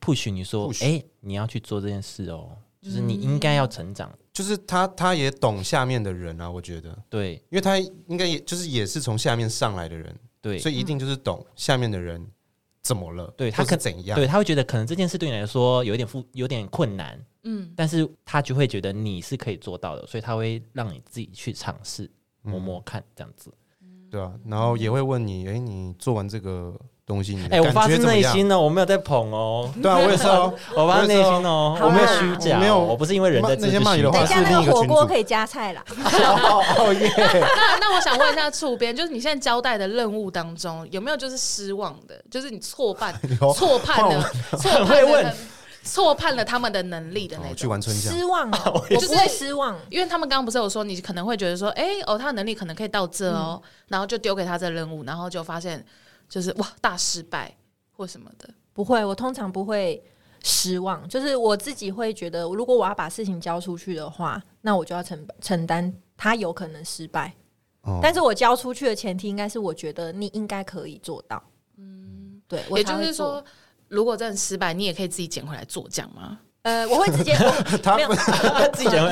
[SPEAKER 2] push 你说，
[SPEAKER 3] push
[SPEAKER 2] 哎、你要去做这件事哦，就是你应该要成长。
[SPEAKER 3] 就是他，他也懂下面的人啊，我觉得，
[SPEAKER 2] 对
[SPEAKER 3] 因为他应该也就是也是从下面上来的人，
[SPEAKER 2] 对
[SPEAKER 3] 所以一定就是懂下面的人怎么了，
[SPEAKER 2] 对他
[SPEAKER 3] 或
[SPEAKER 2] 可
[SPEAKER 3] 是怎样，
[SPEAKER 2] 对，他会觉得可能这件事对你来说有点复有点困难，
[SPEAKER 1] 嗯，
[SPEAKER 2] 但是他就会觉得你是可以做到的，所以他会让你自己去尝试
[SPEAKER 3] 嗯
[SPEAKER 2] 摸摸看这样子。
[SPEAKER 3] 对啊，然后也会问你，哎，你做完这个东西，你的
[SPEAKER 2] 哎、我
[SPEAKER 3] 感
[SPEAKER 2] 发
[SPEAKER 3] 觉
[SPEAKER 2] 自
[SPEAKER 3] 怎么
[SPEAKER 2] 内
[SPEAKER 3] 样？
[SPEAKER 2] 心哦，我没有在捧哦。
[SPEAKER 3] 对啊，我也是哦，
[SPEAKER 2] 我发自内心哦，
[SPEAKER 4] 我
[SPEAKER 2] 我
[SPEAKER 4] 没
[SPEAKER 2] 没
[SPEAKER 4] 有
[SPEAKER 2] 有
[SPEAKER 4] 说
[SPEAKER 2] 虚假哦，
[SPEAKER 3] 我没有
[SPEAKER 2] 我不是因为人在自
[SPEAKER 3] 那些骂你的话
[SPEAKER 4] 等一
[SPEAKER 2] 虚假
[SPEAKER 4] 下那个火锅可以加菜啦。
[SPEAKER 3] 哦哦 耶，
[SPEAKER 1] 那那我想问一下触边，就是你现在交代的任务当中，有没有就是失望的，就是你错判、
[SPEAKER 3] 有
[SPEAKER 1] 错判了、错
[SPEAKER 2] 很会
[SPEAKER 1] 判了
[SPEAKER 2] 问、
[SPEAKER 1] 错判了他们的能力的那
[SPEAKER 3] 哦去
[SPEAKER 1] 种？
[SPEAKER 3] 玩春夏，
[SPEAKER 4] 失望哦，我
[SPEAKER 1] 也是
[SPEAKER 4] 不会失望。
[SPEAKER 1] 因为他们刚刚不是有说，你可能会觉得说，哎、哦，他的能力可能可以到这哦，然后就丢给他这任务，然后就发现就是哇，大失败或什么的。
[SPEAKER 4] 不会，我通常不会失望，就是我自己会觉得，如果我要把事情交出去的话，那我就要承承担他有可能失败。
[SPEAKER 3] 哦
[SPEAKER 4] 但是我交出去的前提应该是，我觉得你应该可以做到。嗯，对，我
[SPEAKER 1] 也
[SPEAKER 4] 才
[SPEAKER 1] 就
[SPEAKER 4] 会
[SPEAKER 1] 是
[SPEAKER 4] 做
[SPEAKER 1] 说，如果真的失败，你也可以自己捡回来做，这样吗？
[SPEAKER 4] 呃，我会直接
[SPEAKER 3] 他
[SPEAKER 4] 没有
[SPEAKER 2] 自己讲，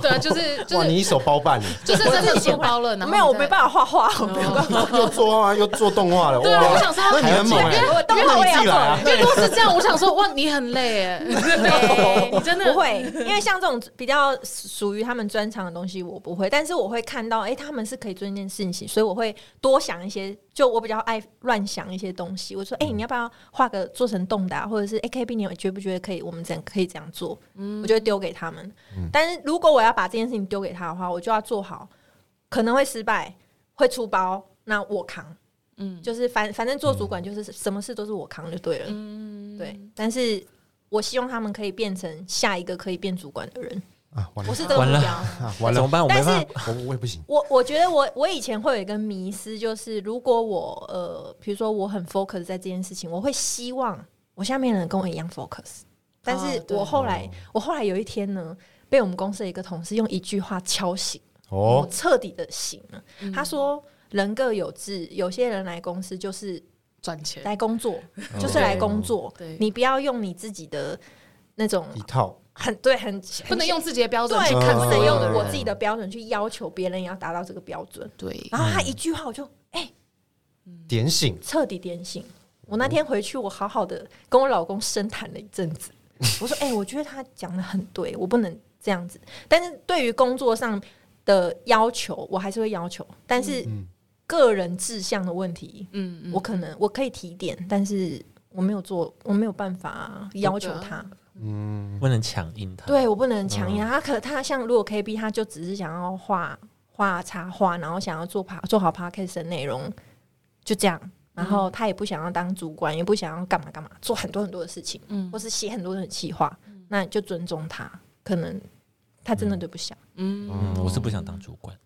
[SPEAKER 1] 对啊，就是 就
[SPEAKER 3] 哇，
[SPEAKER 1] 是
[SPEAKER 3] 你一手包办 了，
[SPEAKER 1] 就是真的钱包了，然后
[SPEAKER 4] 没有，我
[SPEAKER 1] 你
[SPEAKER 4] 没
[SPEAKER 1] 再
[SPEAKER 4] 办法画画，我
[SPEAKER 1] 哦
[SPEAKER 4] 没有办法。
[SPEAKER 3] 又做啊，又做动画了，
[SPEAKER 1] 对啊
[SPEAKER 3] 哇
[SPEAKER 1] 我想说
[SPEAKER 3] 那你很猛哎，
[SPEAKER 4] 我动
[SPEAKER 3] 那
[SPEAKER 4] 画我
[SPEAKER 3] 你自
[SPEAKER 4] 也要
[SPEAKER 3] 己来啊
[SPEAKER 4] 做。
[SPEAKER 1] 因为都是这样，我想说哇，你很累哎，
[SPEAKER 4] 对
[SPEAKER 1] 你真的
[SPEAKER 4] 不会，因为像这种比较属于他们专长的东西，我不会。但是我会看到，哎、他们是可以做一件事情，所以我会多想一些。就我比较爱乱想一些东西，我说，
[SPEAKER 1] 嗯
[SPEAKER 4] 哎、你要不要画个做成动的、啊，或者是 A K B，你觉不觉得可以？我们怎可以这样做？
[SPEAKER 1] 嗯
[SPEAKER 4] 我就会丢给他们。但是如果我要把这件事情丢给他的话，我就要做好，可能会失败，会出包，那我扛。
[SPEAKER 1] 嗯
[SPEAKER 4] 就是反反正做主管就是什么事都是我扛就对了，
[SPEAKER 1] 嗯
[SPEAKER 4] 对。但是我希望他们可以变成下一个可以变主管的人，
[SPEAKER 3] 啊，完
[SPEAKER 4] 我
[SPEAKER 3] 了
[SPEAKER 4] 是这个
[SPEAKER 2] 嗯完
[SPEAKER 4] 目
[SPEAKER 2] 了
[SPEAKER 4] 标。
[SPEAKER 3] 啊，完
[SPEAKER 2] 怎
[SPEAKER 3] 了
[SPEAKER 2] 么，办？我没
[SPEAKER 4] 但
[SPEAKER 2] 办
[SPEAKER 4] 是
[SPEAKER 2] 法，
[SPEAKER 3] 我我也不行，
[SPEAKER 4] 我我觉得我我以前会有一个迷失，就是如果我呃，比如说我很 focus 在这件事情，我会希望我下面的人跟我一样 focus。但
[SPEAKER 2] 啊
[SPEAKER 4] 是
[SPEAKER 1] 对
[SPEAKER 4] 我后
[SPEAKER 2] 哦
[SPEAKER 4] 来，我后来有一天呢，被我们公司的一个同事用一句话敲醒。我
[SPEAKER 3] 哦，
[SPEAKER 4] 彻底的醒了。
[SPEAKER 2] 嗯
[SPEAKER 4] 他说：“人各有志，有些人来公司就是
[SPEAKER 1] 赚钱，
[SPEAKER 4] 来工作，
[SPEAKER 2] 哦
[SPEAKER 4] 就是来工作
[SPEAKER 1] 对。
[SPEAKER 4] 你不要用你自己的那种
[SPEAKER 3] 一套，
[SPEAKER 4] 很对很
[SPEAKER 1] 不能用自己的标准
[SPEAKER 4] 对，
[SPEAKER 1] 去
[SPEAKER 4] 不
[SPEAKER 1] 看
[SPEAKER 3] 嗯
[SPEAKER 1] 所
[SPEAKER 4] 能
[SPEAKER 1] 有
[SPEAKER 4] 用
[SPEAKER 1] 的
[SPEAKER 4] 我
[SPEAKER 1] 人，
[SPEAKER 4] 自己的标准去要求别人也要达到这个标准。”
[SPEAKER 1] 对，
[SPEAKER 4] 然后他一句话，我就
[SPEAKER 3] 点醒，
[SPEAKER 4] 彻底点醒。我那天回去，我好好的跟我老公深谈了一阵子。我说：“哎、我觉得他讲的很对，我不能这样子。但是对于工作上的要求，我还是会要求。但是
[SPEAKER 3] 嗯
[SPEAKER 4] 个人志向的问题，
[SPEAKER 1] 嗯嗯
[SPEAKER 4] 我可能我可以提点，但是我没有做，我没有办法要求他。
[SPEAKER 3] 嗯，
[SPEAKER 2] 不能强硬他。
[SPEAKER 4] 对我不能强硬他。可他像如果 KB，他就只是想要画画插画，然后想要做爬做好 podcast 的内容，就这样。然
[SPEAKER 3] 嗯
[SPEAKER 4] 后他也不想要当主管，也不想要干嘛干嘛，做很多很多的事情，
[SPEAKER 1] 嗯
[SPEAKER 4] 或是写很多的企划，
[SPEAKER 3] 嗯
[SPEAKER 4] 那你就尊重他。可能他真的对不起、
[SPEAKER 1] 嗯
[SPEAKER 2] 嗯，我是不想当主管。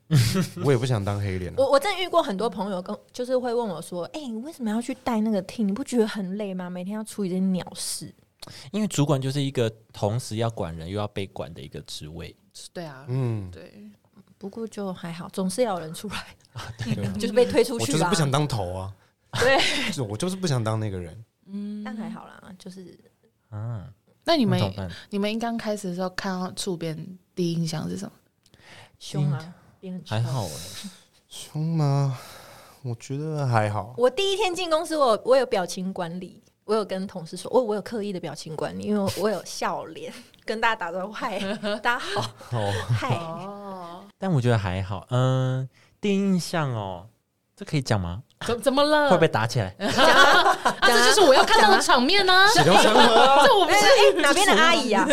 [SPEAKER 3] 我也不想当黑脸啊，
[SPEAKER 4] 我我真的遇过很多朋友跟就是会问我说：“哎、你为什么要去带那个 team？你不觉得很累吗？每天要处理这些鸟事。
[SPEAKER 2] 因为主管就是一个同时要管人又要被管的一个职位，
[SPEAKER 1] 对啊，
[SPEAKER 3] 嗯，
[SPEAKER 1] 对，”
[SPEAKER 4] 不过就还好，总是要有人出来，
[SPEAKER 2] 对啊
[SPEAKER 4] 就是被推出
[SPEAKER 3] 我
[SPEAKER 4] 去
[SPEAKER 3] 就是
[SPEAKER 4] 吧。
[SPEAKER 3] 不想当头啊，
[SPEAKER 4] 对，
[SPEAKER 3] 就我 就是不想当那个人，
[SPEAKER 4] 但还好啦，就是
[SPEAKER 2] 啊，
[SPEAKER 1] 嗯那你
[SPEAKER 2] 那
[SPEAKER 1] 们
[SPEAKER 2] 怎么办？
[SPEAKER 1] 你们刚开始的时候看到触边第一印象是什么？
[SPEAKER 4] 凶啊，也很臭
[SPEAKER 2] 还。好哎，
[SPEAKER 3] 凶吗？我觉得还好，
[SPEAKER 4] 我第一天进公司，我有我有表情管理，我有跟同事说，我我有刻意的表情管理，因为我我有笑脸 跟大家打招呼，嗨，大家好，
[SPEAKER 3] 哦，
[SPEAKER 4] 嗨，
[SPEAKER 1] 哦，
[SPEAKER 2] 但我觉得还好。嗯，第一印象哦，这可以讲吗？
[SPEAKER 1] 怎怎么了？
[SPEAKER 2] 会不会打起来？
[SPEAKER 1] 啊，这就是我要看到的场面呢。
[SPEAKER 3] 血流成河 啊，
[SPEAKER 1] 这我 不是，
[SPEAKER 4] 哎哪边的阿姨啊？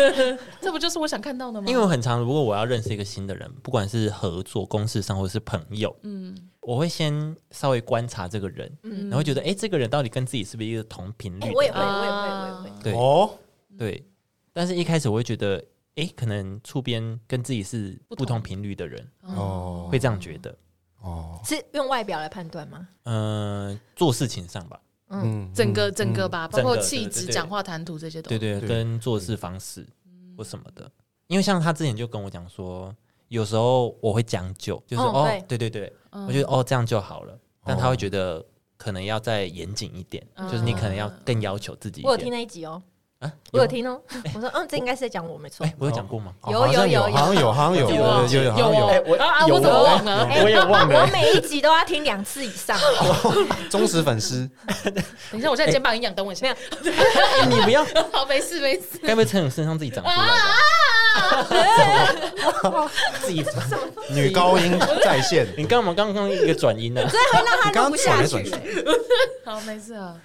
[SPEAKER 1] 这不就是我想看到的吗？
[SPEAKER 2] 因为我很常，如果我要认识一个新的人，不管是合作、公事上或是朋友，
[SPEAKER 1] 嗯，
[SPEAKER 2] 我会先稍微观察这个人，
[SPEAKER 4] 嗯
[SPEAKER 2] 然后觉得，哎、这个人到底跟自己是不是一个同频率的
[SPEAKER 4] 哎
[SPEAKER 2] 人？
[SPEAKER 4] 我也会，
[SPEAKER 1] 啊
[SPEAKER 4] 我也会，我也会。
[SPEAKER 2] 对、
[SPEAKER 3] 哦，
[SPEAKER 2] 对，但是一开始我会觉得，哎、可能触边跟自己是不同频率的人，
[SPEAKER 3] 哦，
[SPEAKER 2] 会这样觉得。
[SPEAKER 3] 哦，
[SPEAKER 4] 是用外表来判断吗？
[SPEAKER 2] 嗯、做事情上吧，
[SPEAKER 3] 嗯，
[SPEAKER 1] 整个整个吧，包
[SPEAKER 2] 整个
[SPEAKER 1] 括气
[SPEAKER 2] 对对
[SPEAKER 1] 质、
[SPEAKER 2] 对
[SPEAKER 1] 讲话、谈吐这些都
[SPEAKER 2] 对对，
[SPEAKER 3] 对
[SPEAKER 2] 跟做事方式或什么的。因为像他之前就跟我讲说，有时候我会将就，就是
[SPEAKER 4] 哦
[SPEAKER 2] 哦对
[SPEAKER 4] 对
[SPEAKER 2] 对对，
[SPEAKER 1] 嗯
[SPEAKER 2] 我觉得哦这样就好了，但他
[SPEAKER 3] 哦
[SPEAKER 2] 会觉得可能要再严谨一点，就是你可能要更要求自己
[SPEAKER 4] 嗯
[SPEAKER 2] 一
[SPEAKER 4] 我有听
[SPEAKER 2] 点。
[SPEAKER 4] 那一集哦，
[SPEAKER 2] 啊，
[SPEAKER 4] 我
[SPEAKER 2] 有
[SPEAKER 4] 有
[SPEAKER 2] 吗。
[SPEAKER 4] 听哦。我说，嗯，这应该是在讲我，没错
[SPEAKER 2] 哎。，我有讲过 吗？
[SPEAKER 3] 哦
[SPEAKER 4] 有
[SPEAKER 3] 好像
[SPEAKER 4] 有有
[SPEAKER 3] 好像有，好像有，
[SPEAKER 2] 有
[SPEAKER 1] 啊
[SPEAKER 3] 对对有，好像
[SPEAKER 1] 有
[SPEAKER 3] 有
[SPEAKER 1] 啊，
[SPEAKER 2] 我
[SPEAKER 1] 啊啊！我怎么忘了？
[SPEAKER 3] 哎
[SPEAKER 1] 哎
[SPEAKER 3] 有哦 我也忘
[SPEAKER 4] 我
[SPEAKER 3] 了，
[SPEAKER 4] 每一集都要听两次以上，
[SPEAKER 3] 忠实粉丝，
[SPEAKER 1] 等一下，我现在肩膀很痒，等我一下。哎
[SPEAKER 2] 你不要，
[SPEAKER 1] 好，没事没事。
[SPEAKER 2] 该不会从你身上自己长出来的？自己
[SPEAKER 3] 女高音在线，
[SPEAKER 2] 你干嘛刚刚一个转音呢？
[SPEAKER 4] 让
[SPEAKER 3] 你刚
[SPEAKER 4] 他
[SPEAKER 3] 刚
[SPEAKER 4] 录不下
[SPEAKER 3] 转来转
[SPEAKER 4] 去
[SPEAKER 3] 去。
[SPEAKER 1] 好，没事啊。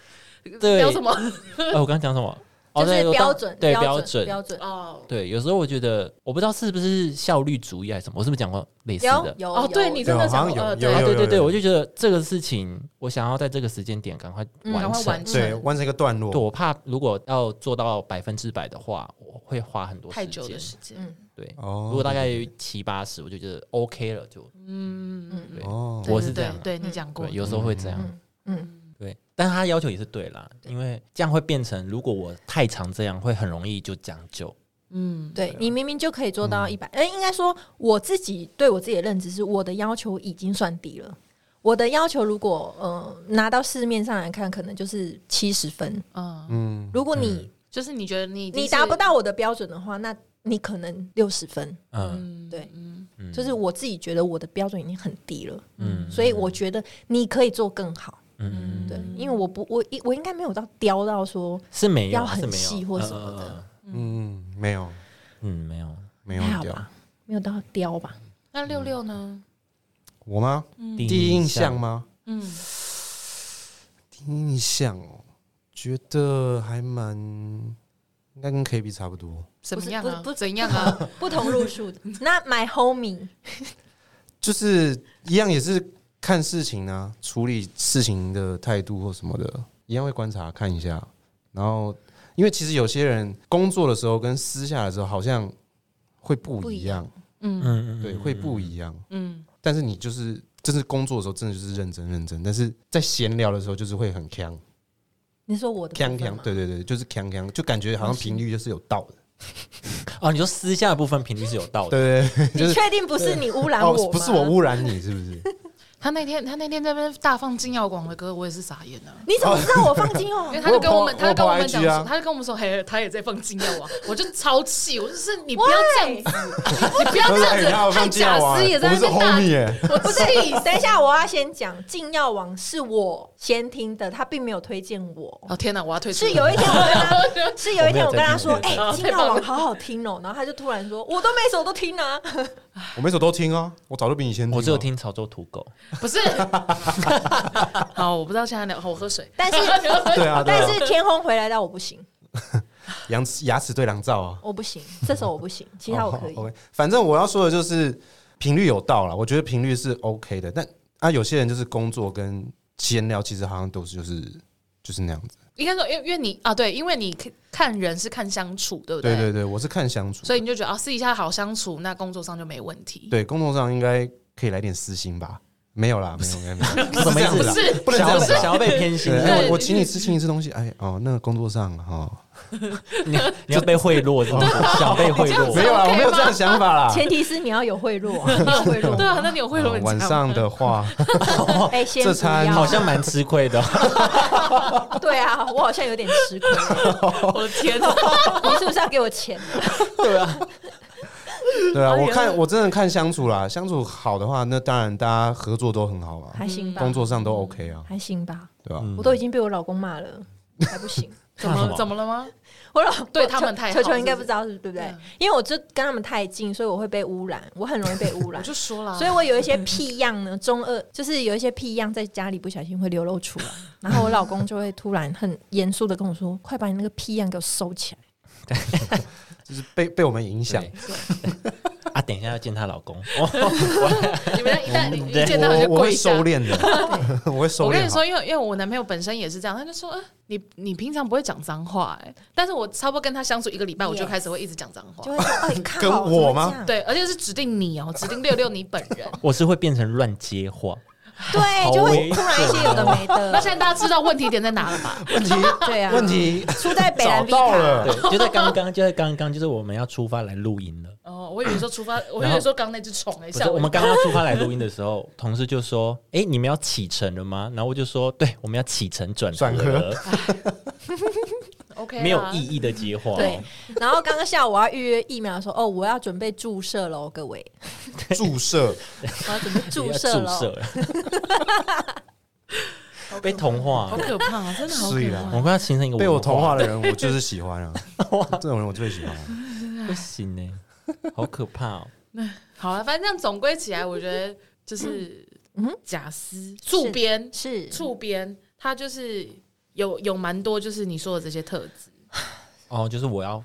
[SPEAKER 2] 对
[SPEAKER 1] 聊什么？
[SPEAKER 2] 哎，我刚刚讲什么？哦，
[SPEAKER 4] 就
[SPEAKER 2] 对
[SPEAKER 4] 是
[SPEAKER 2] 我刚
[SPEAKER 4] 标准，
[SPEAKER 2] 对
[SPEAKER 4] 标
[SPEAKER 2] 准，
[SPEAKER 4] 标准。
[SPEAKER 1] 哦
[SPEAKER 2] 对，有时候我觉得，我不知道是不是效率主义还是什么，我是不是讲过类似
[SPEAKER 4] 有
[SPEAKER 2] 的？
[SPEAKER 4] 有
[SPEAKER 1] 哦，对
[SPEAKER 4] 有
[SPEAKER 1] 你真的想
[SPEAKER 3] 有好像有
[SPEAKER 1] 呃，
[SPEAKER 3] 有
[SPEAKER 2] 啊，
[SPEAKER 1] 对
[SPEAKER 2] 对对对，
[SPEAKER 3] 有
[SPEAKER 2] 我就觉得这个事情，我想要在这个时间点赶快
[SPEAKER 4] 嗯
[SPEAKER 1] 赶
[SPEAKER 2] 完
[SPEAKER 1] 快
[SPEAKER 2] 成
[SPEAKER 1] 完。成
[SPEAKER 3] 对，完成一个段落
[SPEAKER 2] 对，，我怕如果要做到百分之百的话，我会花很多
[SPEAKER 1] 太
[SPEAKER 2] 时
[SPEAKER 1] 久的
[SPEAKER 2] 间。
[SPEAKER 1] 时间。
[SPEAKER 4] 嗯
[SPEAKER 2] 对，
[SPEAKER 3] 哦
[SPEAKER 2] 如果大概七八十，我就觉得 OK 了，就
[SPEAKER 1] 嗯，
[SPEAKER 4] 嗯
[SPEAKER 3] 哦，
[SPEAKER 2] 我是这样啊
[SPEAKER 1] 对对对你讲过
[SPEAKER 2] 对，，有时候会这样。
[SPEAKER 4] 嗯嗯，
[SPEAKER 2] 对，但他要求也是对啦，因为这样会变成，如果我太常这样，会很容易就将就。
[SPEAKER 1] 嗯，
[SPEAKER 3] 啊
[SPEAKER 4] 对你明明就可以做
[SPEAKER 3] 嗯
[SPEAKER 4] 到一百，哎，应该说我自己对我自己的认知是，我的要求已经算低了。我的要求如果呃拿到市面上来看，可能就是七十分。
[SPEAKER 1] 嗯
[SPEAKER 3] 嗯，
[SPEAKER 4] 如果你
[SPEAKER 1] 就是你觉得你已经
[SPEAKER 4] 你
[SPEAKER 1] 是
[SPEAKER 4] 达不，到我的标准的话，那你可能六十分，
[SPEAKER 2] 嗯
[SPEAKER 1] 嗯
[SPEAKER 4] 对
[SPEAKER 1] 嗯
[SPEAKER 2] 嗯，
[SPEAKER 4] 就是我自己觉得我的标准已经很低了，
[SPEAKER 2] 嗯
[SPEAKER 4] 所以我觉得你可以做更好。
[SPEAKER 2] 嗯
[SPEAKER 4] 对
[SPEAKER 2] 对，，
[SPEAKER 4] 因为我不我一我应该没有到雕到说
[SPEAKER 2] 是没有
[SPEAKER 4] 要
[SPEAKER 2] 啊
[SPEAKER 4] 很
[SPEAKER 2] 是没有
[SPEAKER 4] 细或什么的
[SPEAKER 2] 嗯嗯
[SPEAKER 3] 嗯，没有，
[SPEAKER 2] 嗯嗯没有
[SPEAKER 3] 没有
[SPEAKER 4] 还哎好
[SPEAKER 3] 掉
[SPEAKER 4] 吧，没有到雕吧。
[SPEAKER 1] 那六六呢？
[SPEAKER 3] 我吗？
[SPEAKER 2] 第
[SPEAKER 3] 第一印象？吗？
[SPEAKER 1] 嗯，
[SPEAKER 3] 第一印象哦，觉得还蛮，应该跟 KB 差不多，
[SPEAKER 1] 怎么
[SPEAKER 4] 是
[SPEAKER 1] 样
[SPEAKER 4] 不
[SPEAKER 1] 啊？
[SPEAKER 4] 不
[SPEAKER 1] 怎样啊？
[SPEAKER 4] 不同路数的。那 my homie
[SPEAKER 3] 就是一样也是看事情啊，处理事情的态度或什么的，一样会观察看一下。然后，因为其实有些人工作的时候跟私下的时候好像会不
[SPEAKER 4] 不
[SPEAKER 3] 一
[SPEAKER 4] 一
[SPEAKER 3] 样，
[SPEAKER 1] 嗯
[SPEAKER 2] 嗯
[SPEAKER 3] 对，会不一样。
[SPEAKER 1] 嗯，
[SPEAKER 3] 但是你就是真是工作的时候，真的就是认真认真，但是在闲聊的时候就是会很呛
[SPEAKER 4] 你说我的
[SPEAKER 3] 呛
[SPEAKER 4] 部分
[SPEAKER 3] 呛，
[SPEAKER 4] 吗，
[SPEAKER 3] 对对对，就是呛呛，就感觉好像频率就是有到的，
[SPEAKER 2] 哦，你说私下的部分频率是有到的，
[SPEAKER 3] 对对对，就
[SPEAKER 4] 你
[SPEAKER 3] 是
[SPEAKER 4] 确定不是你污染我
[SPEAKER 3] 哦
[SPEAKER 4] 吗？，
[SPEAKER 3] 不是我污染你，是不 是？
[SPEAKER 1] 他那天他那天在那边大放金耀广的歌，我也是傻眼啊。
[SPEAKER 4] 你怎么知道我放 金
[SPEAKER 1] 因
[SPEAKER 4] 哦
[SPEAKER 1] 为？他就跟我们，
[SPEAKER 3] 我有
[SPEAKER 1] 他
[SPEAKER 3] po-
[SPEAKER 1] 就跟我
[SPEAKER 3] 我有
[SPEAKER 1] 们
[SPEAKER 3] po
[SPEAKER 1] 讲
[SPEAKER 3] IG
[SPEAKER 1] 说
[SPEAKER 3] 啊，
[SPEAKER 1] 他就跟我们说，嘿，他也在放金耀啊， 我就超气，我就是你不要这样 子，你不要这样
[SPEAKER 3] 哎他有
[SPEAKER 1] 子，害
[SPEAKER 3] 放进来
[SPEAKER 1] 贾
[SPEAKER 3] 玩
[SPEAKER 1] 斯也在
[SPEAKER 3] 我
[SPEAKER 1] 那
[SPEAKER 3] 们是
[SPEAKER 1] 边
[SPEAKER 3] homie
[SPEAKER 1] 大，
[SPEAKER 3] 耶，
[SPEAKER 1] 我气 死。
[SPEAKER 4] 等一下，我要先讲禁药王是我先听的，他并没有推荐 我。
[SPEAKER 1] 哦天哪，我要退出
[SPEAKER 4] 是。有一天我跟他，是有一天我跟他 说
[SPEAKER 2] 我：“没
[SPEAKER 4] 哎、
[SPEAKER 3] 哦
[SPEAKER 1] 有在听
[SPEAKER 4] 金药王好好听哦。”然后他就突然说：“我都每首都听啊。
[SPEAKER 3] 我每首都听哦，我早就比你先听，
[SPEAKER 2] 我只有，听潮州土狗，
[SPEAKER 1] 不是， 好，我不知道现在聊，好我喝水”。
[SPEAKER 4] 但是，
[SPEAKER 3] 对啊，对
[SPEAKER 4] 但
[SPEAKER 3] 啊，
[SPEAKER 4] 是天空回来到我不行，
[SPEAKER 3] 牙齿牙齿对狼照啊，
[SPEAKER 4] 我不行，这首我不行，其他我可以。
[SPEAKER 3] o k 反正我要说的就是频率有到了，我觉得频率是 OK 的，但啊，有些人就是工作跟闲聊，其实好像都是就是就是那样子，
[SPEAKER 1] 应该说，因为因为你啊，对，因为你看人是看相处，对不
[SPEAKER 3] 对
[SPEAKER 1] 对
[SPEAKER 3] 对对，我是看相处，
[SPEAKER 1] 所以你就觉得啊，私底下好相处，那工作上就没问题。
[SPEAKER 3] 对，工作上应该可以来点私心吧？没有啦，没有，没有，没有，不是这样子 啦
[SPEAKER 1] 不是，
[SPEAKER 3] 不能这
[SPEAKER 2] 想要
[SPEAKER 3] 样子
[SPEAKER 2] 啊 想
[SPEAKER 3] 啦。
[SPEAKER 2] 要被偏心
[SPEAKER 3] 对，，哎
[SPEAKER 1] 啊对
[SPEAKER 3] 我我请你吃请你吃东西，哎哦，那个工作上哦，
[SPEAKER 2] 你要你要被贿赂，是不是？想被贿
[SPEAKER 1] 这样子
[SPEAKER 3] 没
[SPEAKER 2] 赂，
[SPEAKER 3] 有啦，
[SPEAKER 1] OK
[SPEAKER 3] 我没有这样啊想法 啦。
[SPEAKER 4] 前提是你要有贿赂
[SPEAKER 3] 哦
[SPEAKER 4] 啊，你有贿赂
[SPEAKER 1] 对
[SPEAKER 4] 吗。
[SPEAKER 1] 啊，那你有会
[SPEAKER 3] 呃
[SPEAKER 1] 有人
[SPEAKER 3] 晚
[SPEAKER 1] 讲
[SPEAKER 3] 上
[SPEAKER 1] 吗
[SPEAKER 3] 的话，
[SPEAKER 4] 哎、先
[SPEAKER 3] 哦这
[SPEAKER 4] 不
[SPEAKER 3] 餐
[SPEAKER 4] 要，
[SPEAKER 2] 好像蛮吃亏的。
[SPEAKER 4] 对啊，我好像有点吃亏。
[SPEAKER 1] 我的天哪，
[SPEAKER 4] 你是不是要给我钱？
[SPEAKER 3] 对啊，我
[SPEAKER 1] 哎
[SPEAKER 3] 看我真的看相处啦，相处好的话，那当然大家合作都很好啊嘛，
[SPEAKER 4] 还行吧，
[SPEAKER 3] 工作
[SPEAKER 1] 嗯
[SPEAKER 3] 上都 OK 啊，
[SPEAKER 4] 还行吧，
[SPEAKER 3] 对吧？
[SPEAKER 2] 嗯
[SPEAKER 4] 我都已经被我老公骂了，还不行。
[SPEAKER 1] 怎
[SPEAKER 2] 怕什
[SPEAKER 1] 么
[SPEAKER 2] 么
[SPEAKER 1] 怎么了吗？
[SPEAKER 4] 我老
[SPEAKER 1] 对他们太好
[SPEAKER 4] 球球
[SPEAKER 1] 是
[SPEAKER 4] 应
[SPEAKER 1] 不
[SPEAKER 4] 该
[SPEAKER 1] 是
[SPEAKER 4] 不知道是对不对
[SPEAKER 1] 嗯？
[SPEAKER 4] 因为我就跟他们太近，所以我会被污染，我很容易被污
[SPEAKER 1] 我
[SPEAKER 4] 染。
[SPEAKER 1] 就说了，
[SPEAKER 4] 所以我有一些屁样呢，中二就是有一些屁样在家里不小心会流露出 来，然后我老公就会突然很严肃的跟我说：“快把你那个屁样给我收 起来。
[SPEAKER 3] 就是被被我们影响
[SPEAKER 2] 对，啊，等一下要见她老公，哦，
[SPEAKER 1] 你 们一旦
[SPEAKER 2] 我
[SPEAKER 1] 一见到就
[SPEAKER 3] 我我
[SPEAKER 1] 跪
[SPEAKER 3] 会
[SPEAKER 1] 下
[SPEAKER 3] 收。敛的， 我会收敛。
[SPEAKER 1] 我跟你说，，因为因为我男朋友本身也是这样，他就说，呃，你你平常不会讲脏话、哎，但是我差不多跟他相处一个礼拜，我就
[SPEAKER 4] Yes
[SPEAKER 1] 开始会一直讲脏”话
[SPEAKER 4] 就会说：“哎，靠，
[SPEAKER 3] 跟我吗
[SPEAKER 2] 啊
[SPEAKER 4] 怎么这样
[SPEAKER 1] 对，而且是指定你哦、指定六六你本人。
[SPEAKER 2] 我是会变成乱接话，好
[SPEAKER 4] 对，就会
[SPEAKER 2] 猥
[SPEAKER 4] 突然一些有的没
[SPEAKER 1] 那现
[SPEAKER 4] 的。
[SPEAKER 1] 在大家知道问题点在哪了 吧？
[SPEAKER 3] 问题
[SPEAKER 4] 对啊，
[SPEAKER 3] 问题
[SPEAKER 4] 出在北
[SPEAKER 3] 找
[SPEAKER 4] 兰 V
[SPEAKER 3] 到
[SPEAKER 4] 卡。
[SPEAKER 3] 了，
[SPEAKER 2] 对，就在刚刚，就在刚刚，就是我们要出发来录音了。
[SPEAKER 1] 哦，我以为说出发，我以
[SPEAKER 2] 然后
[SPEAKER 1] 为说刚那只虫哎、
[SPEAKER 2] 不
[SPEAKER 1] 吓
[SPEAKER 2] 是，
[SPEAKER 1] 一
[SPEAKER 2] 我们
[SPEAKER 1] 跳
[SPEAKER 2] 刚刚出发来录音的时候， 同事就说：“哎、你们要启程了吗？”然后我就说：“对，我们要启程转
[SPEAKER 3] 转
[SPEAKER 2] 合了，
[SPEAKER 1] OK 啊
[SPEAKER 2] 没有
[SPEAKER 1] 啦
[SPEAKER 2] 意义的接话。”哦
[SPEAKER 4] 对，然后刚刚下午我要预约疫苗，说哦，我要准备注射喽，各位，
[SPEAKER 3] 注射
[SPEAKER 4] 我要准备 注射
[SPEAKER 2] 注射
[SPEAKER 4] 喽。
[SPEAKER 2] 了，被同化
[SPEAKER 1] 好。可怕，真的好可
[SPEAKER 3] 是
[SPEAKER 1] 怕
[SPEAKER 3] 啦
[SPEAKER 2] 我。们快要形成一个
[SPEAKER 3] 被我
[SPEAKER 2] 文
[SPEAKER 3] 同化的人，我就是喜欢啊，这种人我最喜欢啊。
[SPEAKER 2] 不行呢、好可怕哦！
[SPEAKER 1] 好啊了，反正这样总归起来，我觉得就是
[SPEAKER 4] 嗯
[SPEAKER 1] 贾斯触边
[SPEAKER 4] 是
[SPEAKER 1] 触边，他就是有有蛮多就是你说的这些特质。
[SPEAKER 2] 哦，就是我要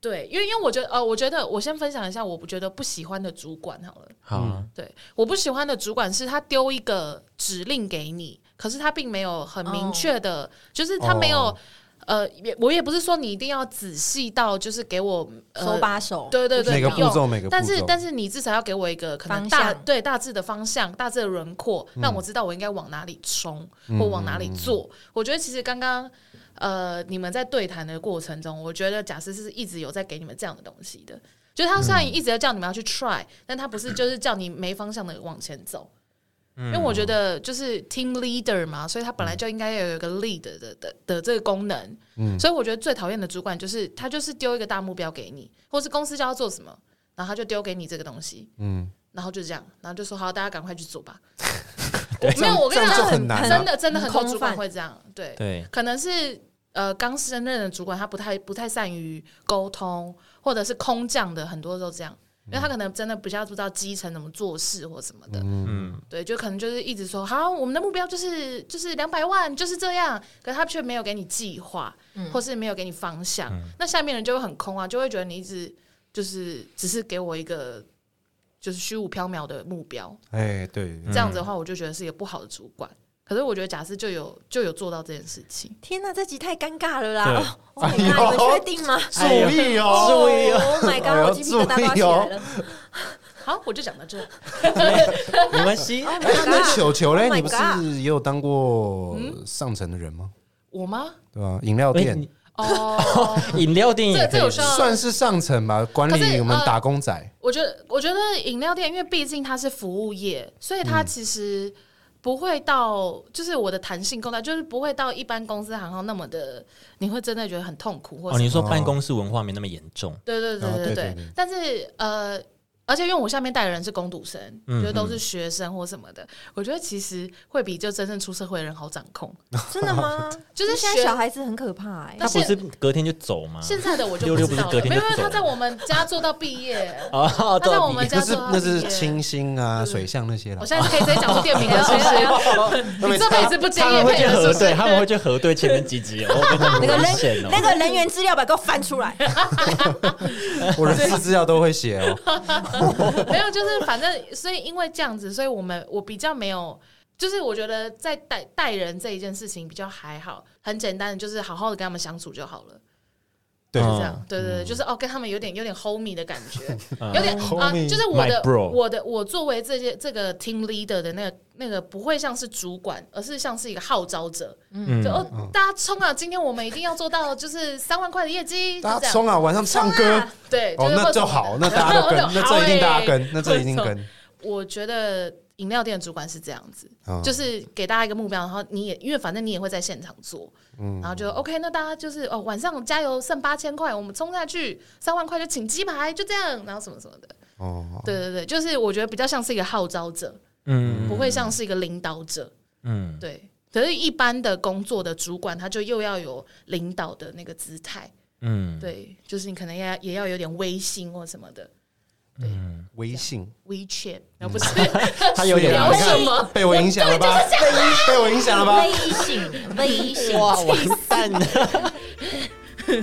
[SPEAKER 1] 对，因为因为我觉得呃，我觉得我先分享一下我不觉得不喜欢的主管好了。
[SPEAKER 2] 好啊、
[SPEAKER 1] 对，我不喜欢的主管是他丢一个指令给你，可是他并没有很
[SPEAKER 4] 哦
[SPEAKER 1] 明确的，就是他没有、
[SPEAKER 3] 哦
[SPEAKER 1] 呃，也我也不是说你一定要仔细到就是给我呃
[SPEAKER 4] 手把手，
[SPEAKER 1] 对对对，
[SPEAKER 3] 每个
[SPEAKER 1] 不
[SPEAKER 3] 步
[SPEAKER 1] 用
[SPEAKER 3] 骤，每个步
[SPEAKER 1] 但是
[SPEAKER 3] 骤，
[SPEAKER 1] 但是你至少要给我一个可能
[SPEAKER 4] 方
[SPEAKER 1] 大
[SPEAKER 4] 向
[SPEAKER 1] 对大致的方向、大致的轮廓，让
[SPEAKER 3] 嗯
[SPEAKER 1] 我知道我应该往哪里冲、或往哪里做。我觉得其实刚刚呃你们在对谈的过程中，我觉得贾斯是一直有在给你们这样的东西的，
[SPEAKER 3] 嗯
[SPEAKER 1] 就是他虽然一直在叫你们要去 try，、但他不是就是叫你没方向的往前走。因为我
[SPEAKER 3] 嗯
[SPEAKER 1] 觉得就是 team leader 嘛，所以他本来就应该要有一个 lead 的的的的这个功能。
[SPEAKER 3] 嗯
[SPEAKER 1] 所以我觉得最讨厌的主管就是他就是丢一个大目标给你，或是公司叫他做什么，然后他就丢给你这个东西，
[SPEAKER 3] 嗯，
[SPEAKER 1] 然后就这样，然后就说好，大家赶快去做吧。我没有，我跟你
[SPEAKER 3] 这样就
[SPEAKER 1] 讲，
[SPEAKER 3] 很难啊
[SPEAKER 1] 真的真的很多
[SPEAKER 4] 空
[SPEAKER 1] 主管
[SPEAKER 4] 泛
[SPEAKER 1] 会这样，对，
[SPEAKER 2] 对，
[SPEAKER 1] 可能是呃刚升任的主管，他不太不太善于沟通，或者是空降的，很多都这样，因为他可能真的比较不知道基层怎么做事或什么的，
[SPEAKER 2] 嗯，
[SPEAKER 1] 对，就可能就是一直说好，我们的目标就是就是两百万，就是这样，可是他却没有给你计划，
[SPEAKER 4] 嗯
[SPEAKER 1] 或是没有给你方向，
[SPEAKER 3] 嗯
[SPEAKER 1] 那下面人就会很空啊，就会觉得你一直就是只是给我一个就是虚无缥缈的目标，
[SPEAKER 3] 哎，对，
[SPEAKER 1] 这样子的话，我就觉得是一个不好的主管。可是我觉得贾斯就有就有做到这件事情，
[SPEAKER 4] 天哪，这集太尴尬了啦
[SPEAKER 2] 对
[SPEAKER 4] 哦！Oh my god，你们确定吗？
[SPEAKER 3] 注
[SPEAKER 1] 哎
[SPEAKER 3] 意哎 哦，
[SPEAKER 4] 注意！Oh my
[SPEAKER 3] 哎
[SPEAKER 4] god，
[SPEAKER 3] 呦哦
[SPEAKER 4] 我鸡皮疙瘩都要起来了。
[SPEAKER 1] 好，我就讲到这。
[SPEAKER 2] 没关系，
[SPEAKER 4] Oh
[SPEAKER 3] 哎，那
[SPEAKER 4] my god！
[SPEAKER 3] 球球嘞，
[SPEAKER 4] Oh my
[SPEAKER 3] 你不是也有当过
[SPEAKER 1] 嗯
[SPEAKER 3] 上层的人吗？
[SPEAKER 1] 我吗？
[SPEAKER 3] 对吧？饮料
[SPEAKER 2] 哎
[SPEAKER 3] 店
[SPEAKER 2] 你
[SPEAKER 1] 哦，
[SPEAKER 2] 哎饮料店也
[SPEAKER 1] 这这
[SPEAKER 2] 可
[SPEAKER 1] 有
[SPEAKER 2] 以
[SPEAKER 1] 需要
[SPEAKER 3] 算是上层吧，管
[SPEAKER 1] 可
[SPEAKER 3] 理
[SPEAKER 1] 是
[SPEAKER 3] 我们
[SPEAKER 1] 呃
[SPEAKER 3] 打工仔。
[SPEAKER 1] 我觉得我觉得饮料店，因为毕竟它是服务业，所以它其实不会到，就是我的弹性更大，就是不会到一般公司行号那么的，你会真的觉得很痛苦，或
[SPEAKER 2] 哦。
[SPEAKER 1] 者、
[SPEAKER 2] 你说办公室文化没那么严重，
[SPEAKER 1] 对对对
[SPEAKER 3] 哦
[SPEAKER 1] 对
[SPEAKER 3] 对对对
[SPEAKER 1] 对。但是呃，而且因为我下面带的人是工读生，
[SPEAKER 2] 嗯
[SPEAKER 1] 就是都是学生或什么的，我觉得其实会比就真正出社会的人好掌控。
[SPEAKER 4] 真的吗？
[SPEAKER 1] 就是
[SPEAKER 4] 现在
[SPEAKER 1] 学
[SPEAKER 4] 小孩子很可怕哎
[SPEAKER 1] 那
[SPEAKER 2] 他。不是隔天就走吗？
[SPEAKER 1] 现在的我就
[SPEAKER 2] 啊六六
[SPEAKER 1] 知
[SPEAKER 2] 不是
[SPEAKER 1] 道
[SPEAKER 2] 隔
[SPEAKER 1] 了，
[SPEAKER 2] 天
[SPEAKER 1] 没
[SPEAKER 2] 就
[SPEAKER 1] 有没有，
[SPEAKER 2] 走
[SPEAKER 1] 他在
[SPEAKER 2] 了
[SPEAKER 1] 我们家做到毕 业。
[SPEAKER 2] 啊，
[SPEAKER 1] 他在
[SPEAKER 2] 到
[SPEAKER 1] 我们
[SPEAKER 2] 底
[SPEAKER 1] 家
[SPEAKER 3] 那是
[SPEAKER 1] 做到
[SPEAKER 3] 那
[SPEAKER 1] 毕
[SPEAKER 3] 是
[SPEAKER 1] 业
[SPEAKER 3] 清新啊、水象那些啦
[SPEAKER 1] 我。现在可以直接讲出店名 了，是不是？你这辈子不接
[SPEAKER 2] 他
[SPEAKER 1] 夜
[SPEAKER 2] 们会
[SPEAKER 1] 配
[SPEAKER 2] 去
[SPEAKER 1] 了，
[SPEAKER 2] 核
[SPEAKER 1] 是不
[SPEAKER 2] 对，他们会
[SPEAKER 1] 是？
[SPEAKER 2] 去核对前面几集哦，我跟你
[SPEAKER 4] 那个
[SPEAKER 2] 们危
[SPEAKER 4] 人
[SPEAKER 2] 险
[SPEAKER 4] 那
[SPEAKER 2] 哦。
[SPEAKER 4] 个人员资料表给我翻 出来，
[SPEAKER 3] 我人事资料都会写哦。
[SPEAKER 1] 没有，就是反正，所以因为这样子，所以我们我比较没有，就是我觉得在带带人这一件事情比较还好，很简单的，就是好好的跟他们相处就好了。
[SPEAKER 3] 对
[SPEAKER 2] 嗯
[SPEAKER 1] 就这样， 对对对，就是哦，跟他们有点有点 homie 的感觉， 有点啊，
[SPEAKER 3] Homie
[SPEAKER 1] 就是我的
[SPEAKER 2] My bro
[SPEAKER 1] 我的我作为这些这个 team leader 的那个那个不会像是主管，而是像是一个号召者，就
[SPEAKER 2] 嗯，
[SPEAKER 1] 哦，大家冲啊！今天我们一定要做到就是三万块的业绩，
[SPEAKER 3] 大
[SPEAKER 1] 就这
[SPEAKER 3] 家
[SPEAKER 1] 样
[SPEAKER 3] 冲啊，晚上唱歌。
[SPEAKER 1] 对，
[SPEAKER 3] 哦，
[SPEAKER 1] 是
[SPEAKER 3] 那
[SPEAKER 1] 会
[SPEAKER 3] 就
[SPEAKER 1] 怎么的
[SPEAKER 3] 好，那大家都 跟
[SPEAKER 1] 我，就
[SPEAKER 3] 那这一定大家。
[SPEAKER 1] 好欸
[SPEAKER 3] 跟，那这一定跟。
[SPEAKER 1] 我觉得饮料店的主管是这样子，
[SPEAKER 3] 嗯
[SPEAKER 1] 就是给大家一个目标，然后你也因为反正你也会在现场做，
[SPEAKER 3] 嗯
[SPEAKER 1] 然后就 OK，那大家就是哦晚上加油剩八千块，我们冲下去三万块就请鸡排，就这样，然后什么什么的。
[SPEAKER 3] 哦，
[SPEAKER 1] 对对对，就是我觉得比较像是一个号召者，
[SPEAKER 2] 嗯
[SPEAKER 1] 不会像是一个领导者。
[SPEAKER 2] 嗯，
[SPEAKER 1] 对，可是，一般的工作的主管，他就又要有领导的那个姿态，
[SPEAKER 2] 嗯，
[SPEAKER 1] 对，就是你可能要也要有点微信或什么的
[SPEAKER 3] 微信
[SPEAKER 1] WeChat，然后不是
[SPEAKER 2] 他有点
[SPEAKER 1] 聊
[SPEAKER 2] 微信
[SPEAKER 1] 什么？
[SPEAKER 3] 被我影响了吧？被被我影响了吧？
[SPEAKER 4] 信，微信
[SPEAKER 2] 哇，完蛋了。
[SPEAKER 1] 对，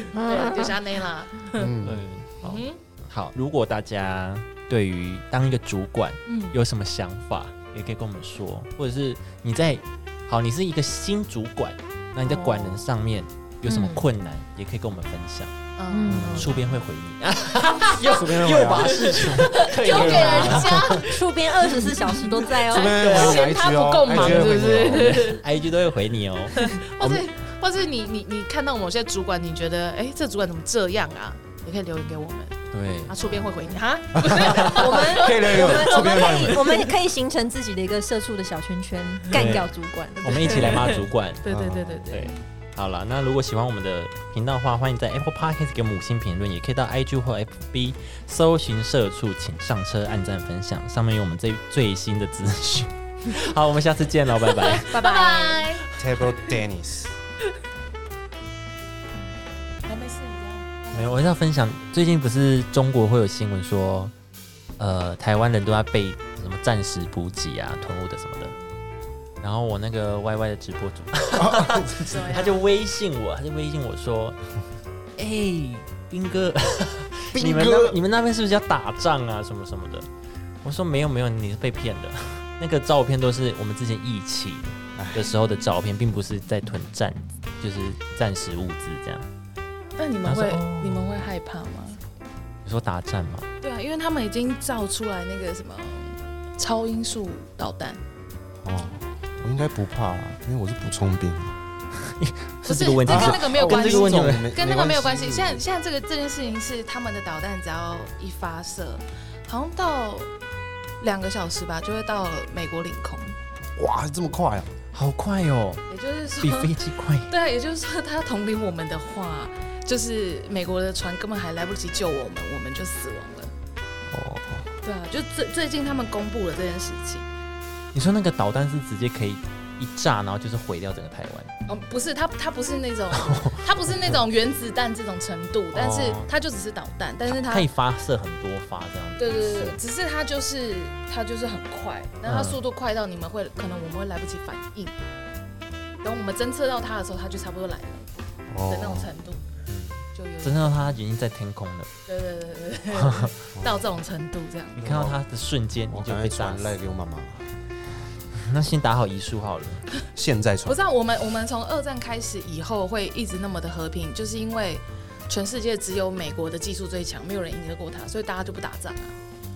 [SPEAKER 1] 就是那啦。
[SPEAKER 2] 对
[SPEAKER 3] 嗯，，
[SPEAKER 2] 好
[SPEAKER 1] 嗯，
[SPEAKER 2] 好，如果大家对于当一个主管
[SPEAKER 1] 嗯
[SPEAKER 2] 有什么想法，也可以跟我们说，或者是你在好，你是一个新主管，那你在管人上面有什么
[SPEAKER 1] 哦
[SPEAKER 2] 困难，也可以跟我们分享，
[SPEAKER 1] 嗯，
[SPEAKER 2] 书边会回 你。啊
[SPEAKER 3] 这边又把
[SPEAKER 1] 丢给人
[SPEAKER 2] 嗯
[SPEAKER 1] 家，
[SPEAKER 4] 出边二十四小时都在
[SPEAKER 3] 这
[SPEAKER 4] 哦。
[SPEAKER 3] 边我
[SPEAKER 1] 嫌他不够
[SPEAKER 3] 哎
[SPEAKER 1] 忙是不
[SPEAKER 3] 是？
[SPEAKER 1] 是？
[SPEAKER 2] IG 都会回你 哦。
[SPEAKER 1] 或是或是你你你看到某些主管，你觉得哎，这主管怎么这样啊？你可以留言给我们，
[SPEAKER 2] 对，
[SPEAKER 1] 啊，出边会回你哈。
[SPEAKER 4] 我 们
[SPEAKER 3] 可以留
[SPEAKER 4] 我
[SPEAKER 3] 言
[SPEAKER 4] 们，
[SPEAKER 3] 这
[SPEAKER 4] 我
[SPEAKER 3] 边
[SPEAKER 4] 们
[SPEAKER 3] 帮你
[SPEAKER 4] 可以我们可以形成自己的一个社畜的小圈圈，干掉主管。
[SPEAKER 2] 我们一起来骂主管。
[SPEAKER 1] 对对对对
[SPEAKER 2] 对
[SPEAKER 1] 对，，
[SPEAKER 2] 好了，那如果喜欢我们的频道的话，欢迎在 Apple Podcast 给我们五星评论，也可以到 IG 或 FB 搜寻“社畜”，请上车按赞分享，上面有我们最最新的资讯。 好，我们下次见喽，拜拜。
[SPEAKER 4] 拜
[SPEAKER 1] 拜
[SPEAKER 4] 拜。
[SPEAKER 1] 拜。
[SPEAKER 3] table tennis。
[SPEAKER 1] 还没事，你这样。
[SPEAKER 2] 没有，我是要分享，最近不是中国会有新闻说，呃，台湾人都要被什么暂时补给啊、囤物的什么的。然后我那个 YY 的直播主，他就微信我，他就微信我说：“哎、斌哥，你们那你们那边是不是要打仗啊？什么什么的？”我说：“没有没有，你是被骗的。 那个照片都是我们之前疫情的时候的照片，并不是在囤战，就是暂时物资这样。
[SPEAKER 1] 那你们会
[SPEAKER 2] 他说哦
[SPEAKER 1] 你们会害怕吗？
[SPEAKER 2] 你说打战吗？
[SPEAKER 1] 对啊，因为他们已经造出来那个什么超音速导弹，
[SPEAKER 3] 哦，我应该不怕啦，因为我是补充兵。
[SPEAKER 1] 不
[SPEAKER 2] 是这个问题
[SPEAKER 1] 跟
[SPEAKER 2] 是哦
[SPEAKER 1] 那个没有关
[SPEAKER 2] 跟这个问
[SPEAKER 1] 系。
[SPEAKER 2] 题
[SPEAKER 1] 跟那个没有关系，现在现在这个这件事情是他们的导弹只要一发射，好像到两个小时吧，就会到美国领空。
[SPEAKER 3] 哇，这么快啊！
[SPEAKER 2] 好快 哦，
[SPEAKER 1] 也就是说，
[SPEAKER 2] 比飞机快。
[SPEAKER 1] 对，也就是说，他统领我们的话，就是美国的船根本还来不及救我们，我们就死亡了。
[SPEAKER 3] 哦，
[SPEAKER 1] 对啊，就最最近他们公布了这件事情。
[SPEAKER 2] 你说那个导弹是直接可以一炸，然后就是毁掉整个台湾？
[SPEAKER 1] 哦，不是，它它不是那种，它不是那种原子弹这种程度，但是它就只是导弹，但是它
[SPEAKER 2] 可以发射很多发这样子。
[SPEAKER 1] 对对对，对只是它就是它就是很快，那它速度快到你们会可能我们会来不及反应，等我们侦测到它的时候，它就差不多来了
[SPEAKER 3] 哦
[SPEAKER 2] 哦
[SPEAKER 1] 的那种程度，就有
[SPEAKER 2] 真的它已经在天空了，
[SPEAKER 1] 对对对对对，到这种程度这样。
[SPEAKER 2] 你看到它的瞬间，
[SPEAKER 3] 我
[SPEAKER 2] 你就
[SPEAKER 3] 赶快
[SPEAKER 2] 被炸
[SPEAKER 3] 哦传
[SPEAKER 2] 死。
[SPEAKER 3] 赖给我妈妈，
[SPEAKER 2] 那先打好遗书好了。
[SPEAKER 3] 现在
[SPEAKER 1] 不
[SPEAKER 3] 传
[SPEAKER 1] 知。道我们我们从二战开始以后会一直那么的和平，就是因为全世界只有美国的技术最强，没有人赢得过它，所以大家就不打仗啊。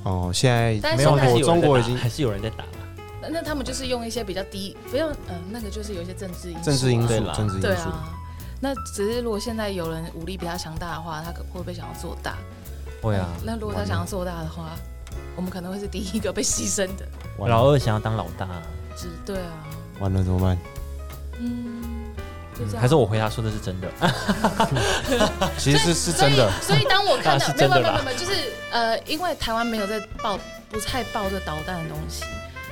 [SPEAKER 3] 哦，现在
[SPEAKER 1] 但
[SPEAKER 3] 没
[SPEAKER 1] 是现在
[SPEAKER 2] 还
[SPEAKER 3] 有，
[SPEAKER 2] 是有人在打啊
[SPEAKER 3] 中国已经
[SPEAKER 2] 还是有人在打。啊
[SPEAKER 1] 那那他们就是用一些比较低，不用呃，那个就是有一些政治因素啊、
[SPEAKER 3] 政治因素
[SPEAKER 2] 对，啦
[SPEAKER 3] 政治因
[SPEAKER 1] 对
[SPEAKER 3] 素。
[SPEAKER 1] 啊。那只是如果现在有人武力比他强大的话，他可会不会想要做大？
[SPEAKER 2] 会啊，
[SPEAKER 1] 那如果他想要做大的话，我们可能会是第一个被牺牲的。
[SPEAKER 3] 完
[SPEAKER 2] 老
[SPEAKER 3] 了，
[SPEAKER 2] 二想要当老大，
[SPEAKER 1] 只对啊，
[SPEAKER 3] 完了怎么办？
[SPEAKER 1] 嗯，就这样。
[SPEAKER 2] 还是我回答说的是真的？
[SPEAKER 3] 其实是是真的，
[SPEAKER 1] 所以当我看
[SPEAKER 2] 是
[SPEAKER 1] 到，没
[SPEAKER 2] 真
[SPEAKER 1] 有
[SPEAKER 2] 的
[SPEAKER 1] 没有没
[SPEAKER 2] 啦
[SPEAKER 1] 有没有，就是呃，因为台湾没有在报，不太报这导弹的东西。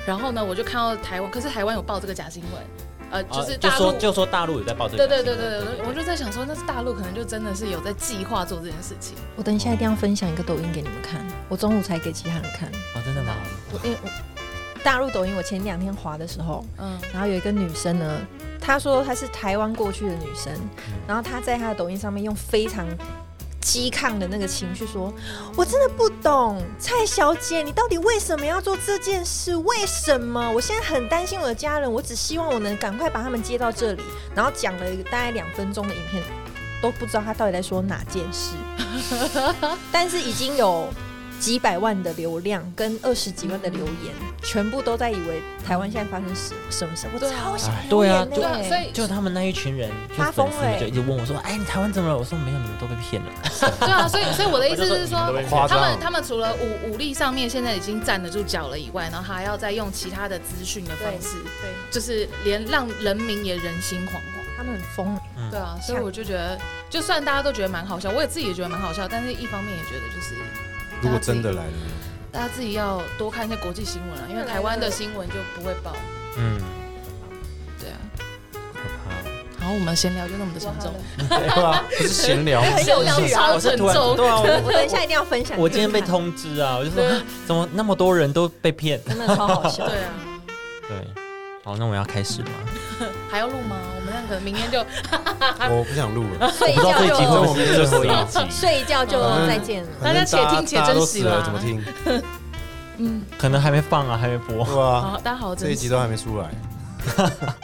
[SPEAKER 1] 然后呢，我就看到台湾，可是台湾有报这个假新闻，呃，就是
[SPEAKER 2] 啊就
[SPEAKER 1] 大陆、
[SPEAKER 2] 说就说大陆有在报这
[SPEAKER 1] 对
[SPEAKER 2] 个
[SPEAKER 1] 对
[SPEAKER 2] 新闻。
[SPEAKER 1] 对对对，我就在想说，那是大陆可能就真的是有在计划做这件事情。
[SPEAKER 4] 我等一下一定要分享一个抖音给你们看，我中午才给其他人看。
[SPEAKER 2] 啊，真的吗？
[SPEAKER 4] 我因为我大陆抖音，我前两天滑的时候，
[SPEAKER 1] 嗯，
[SPEAKER 4] 然后有一个女生呢，她说她是台湾过去的女生，然后她在她的抖音上面用非常。激亢的那个情绪，说：“我真的不懂，蔡小姐，你到底为什么要做这件事？为什么？我现在很担心我的家人，我只希望我能赶快把他们接到这里。”然后讲了大概两分钟的影片，都不知道她到底在说哪件 事，但是已经有几百万的流量跟二十几万的留言，全部都在以为台湾现在发生什什么事，我
[SPEAKER 1] 对啊
[SPEAKER 4] 超想
[SPEAKER 2] 哎
[SPEAKER 4] 留
[SPEAKER 2] 对啊
[SPEAKER 4] 言
[SPEAKER 1] 对啊，
[SPEAKER 4] 呢
[SPEAKER 1] 所以
[SPEAKER 2] 就他们那一群人，就
[SPEAKER 4] 发疯
[SPEAKER 2] 粉丝
[SPEAKER 4] 了
[SPEAKER 2] 们
[SPEAKER 4] 欸
[SPEAKER 2] 就一直问我说：“哎，你台湾怎么了？”我说：“没有，你们都被骗了。
[SPEAKER 1] 对啊，所以所以我的意思是说，
[SPEAKER 3] 夸
[SPEAKER 1] 他
[SPEAKER 3] 张
[SPEAKER 1] 们。他们除了武武力上面现在已经站得住脚了以外，然后还要再用其他的资讯的方式，
[SPEAKER 4] 对
[SPEAKER 1] 就是连让人民也人心惶惶。
[SPEAKER 4] 他们很疯，
[SPEAKER 1] 对啊，所以我就觉得，就算大家都觉得蛮好笑，我也自己也觉得蛮好笑，但是一方面也觉得就是
[SPEAKER 3] 如果真的来了，
[SPEAKER 1] 大家自己要多看一些国际新闻啊，因为台湾的新闻就不会报。”
[SPEAKER 2] 嗯，
[SPEAKER 1] 对啊，
[SPEAKER 2] 可怕。
[SPEAKER 1] 好，我们闲聊就那么的沉重，
[SPEAKER 2] 对啊，
[SPEAKER 3] 不是闲 聊，
[SPEAKER 4] 很有趣啊！
[SPEAKER 1] 超
[SPEAKER 2] 我是
[SPEAKER 1] 沉
[SPEAKER 2] 突然
[SPEAKER 1] 重。
[SPEAKER 2] 对 啊，我
[SPEAKER 4] 我等一下一定要分享给你看。
[SPEAKER 2] 我今天被通知啊，我就说啊怎么那么多人都被骗？
[SPEAKER 4] 真的超 好笑。
[SPEAKER 1] 对啊，
[SPEAKER 2] 对，好，那我们要开始吗？
[SPEAKER 1] 还要录吗？我们那可能明天就
[SPEAKER 3] 我不想录了。
[SPEAKER 2] 我
[SPEAKER 4] 睡
[SPEAKER 2] 不知道这一集会
[SPEAKER 4] 觉，
[SPEAKER 2] 不会是最后一集
[SPEAKER 4] 睡一觉就再见了。
[SPEAKER 1] 大家且听且
[SPEAKER 3] 大家
[SPEAKER 1] 珍
[SPEAKER 3] 都
[SPEAKER 1] 惜
[SPEAKER 3] 死了，
[SPEAKER 1] 啦
[SPEAKER 3] 怎么听？
[SPEAKER 1] 嗯，
[SPEAKER 2] 可能还没放啊，还没播。
[SPEAKER 3] 对啊，
[SPEAKER 1] 好，大家好好珍
[SPEAKER 3] 这
[SPEAKER 1] 惜，
[SPEAKER 3] 一集都还没出来。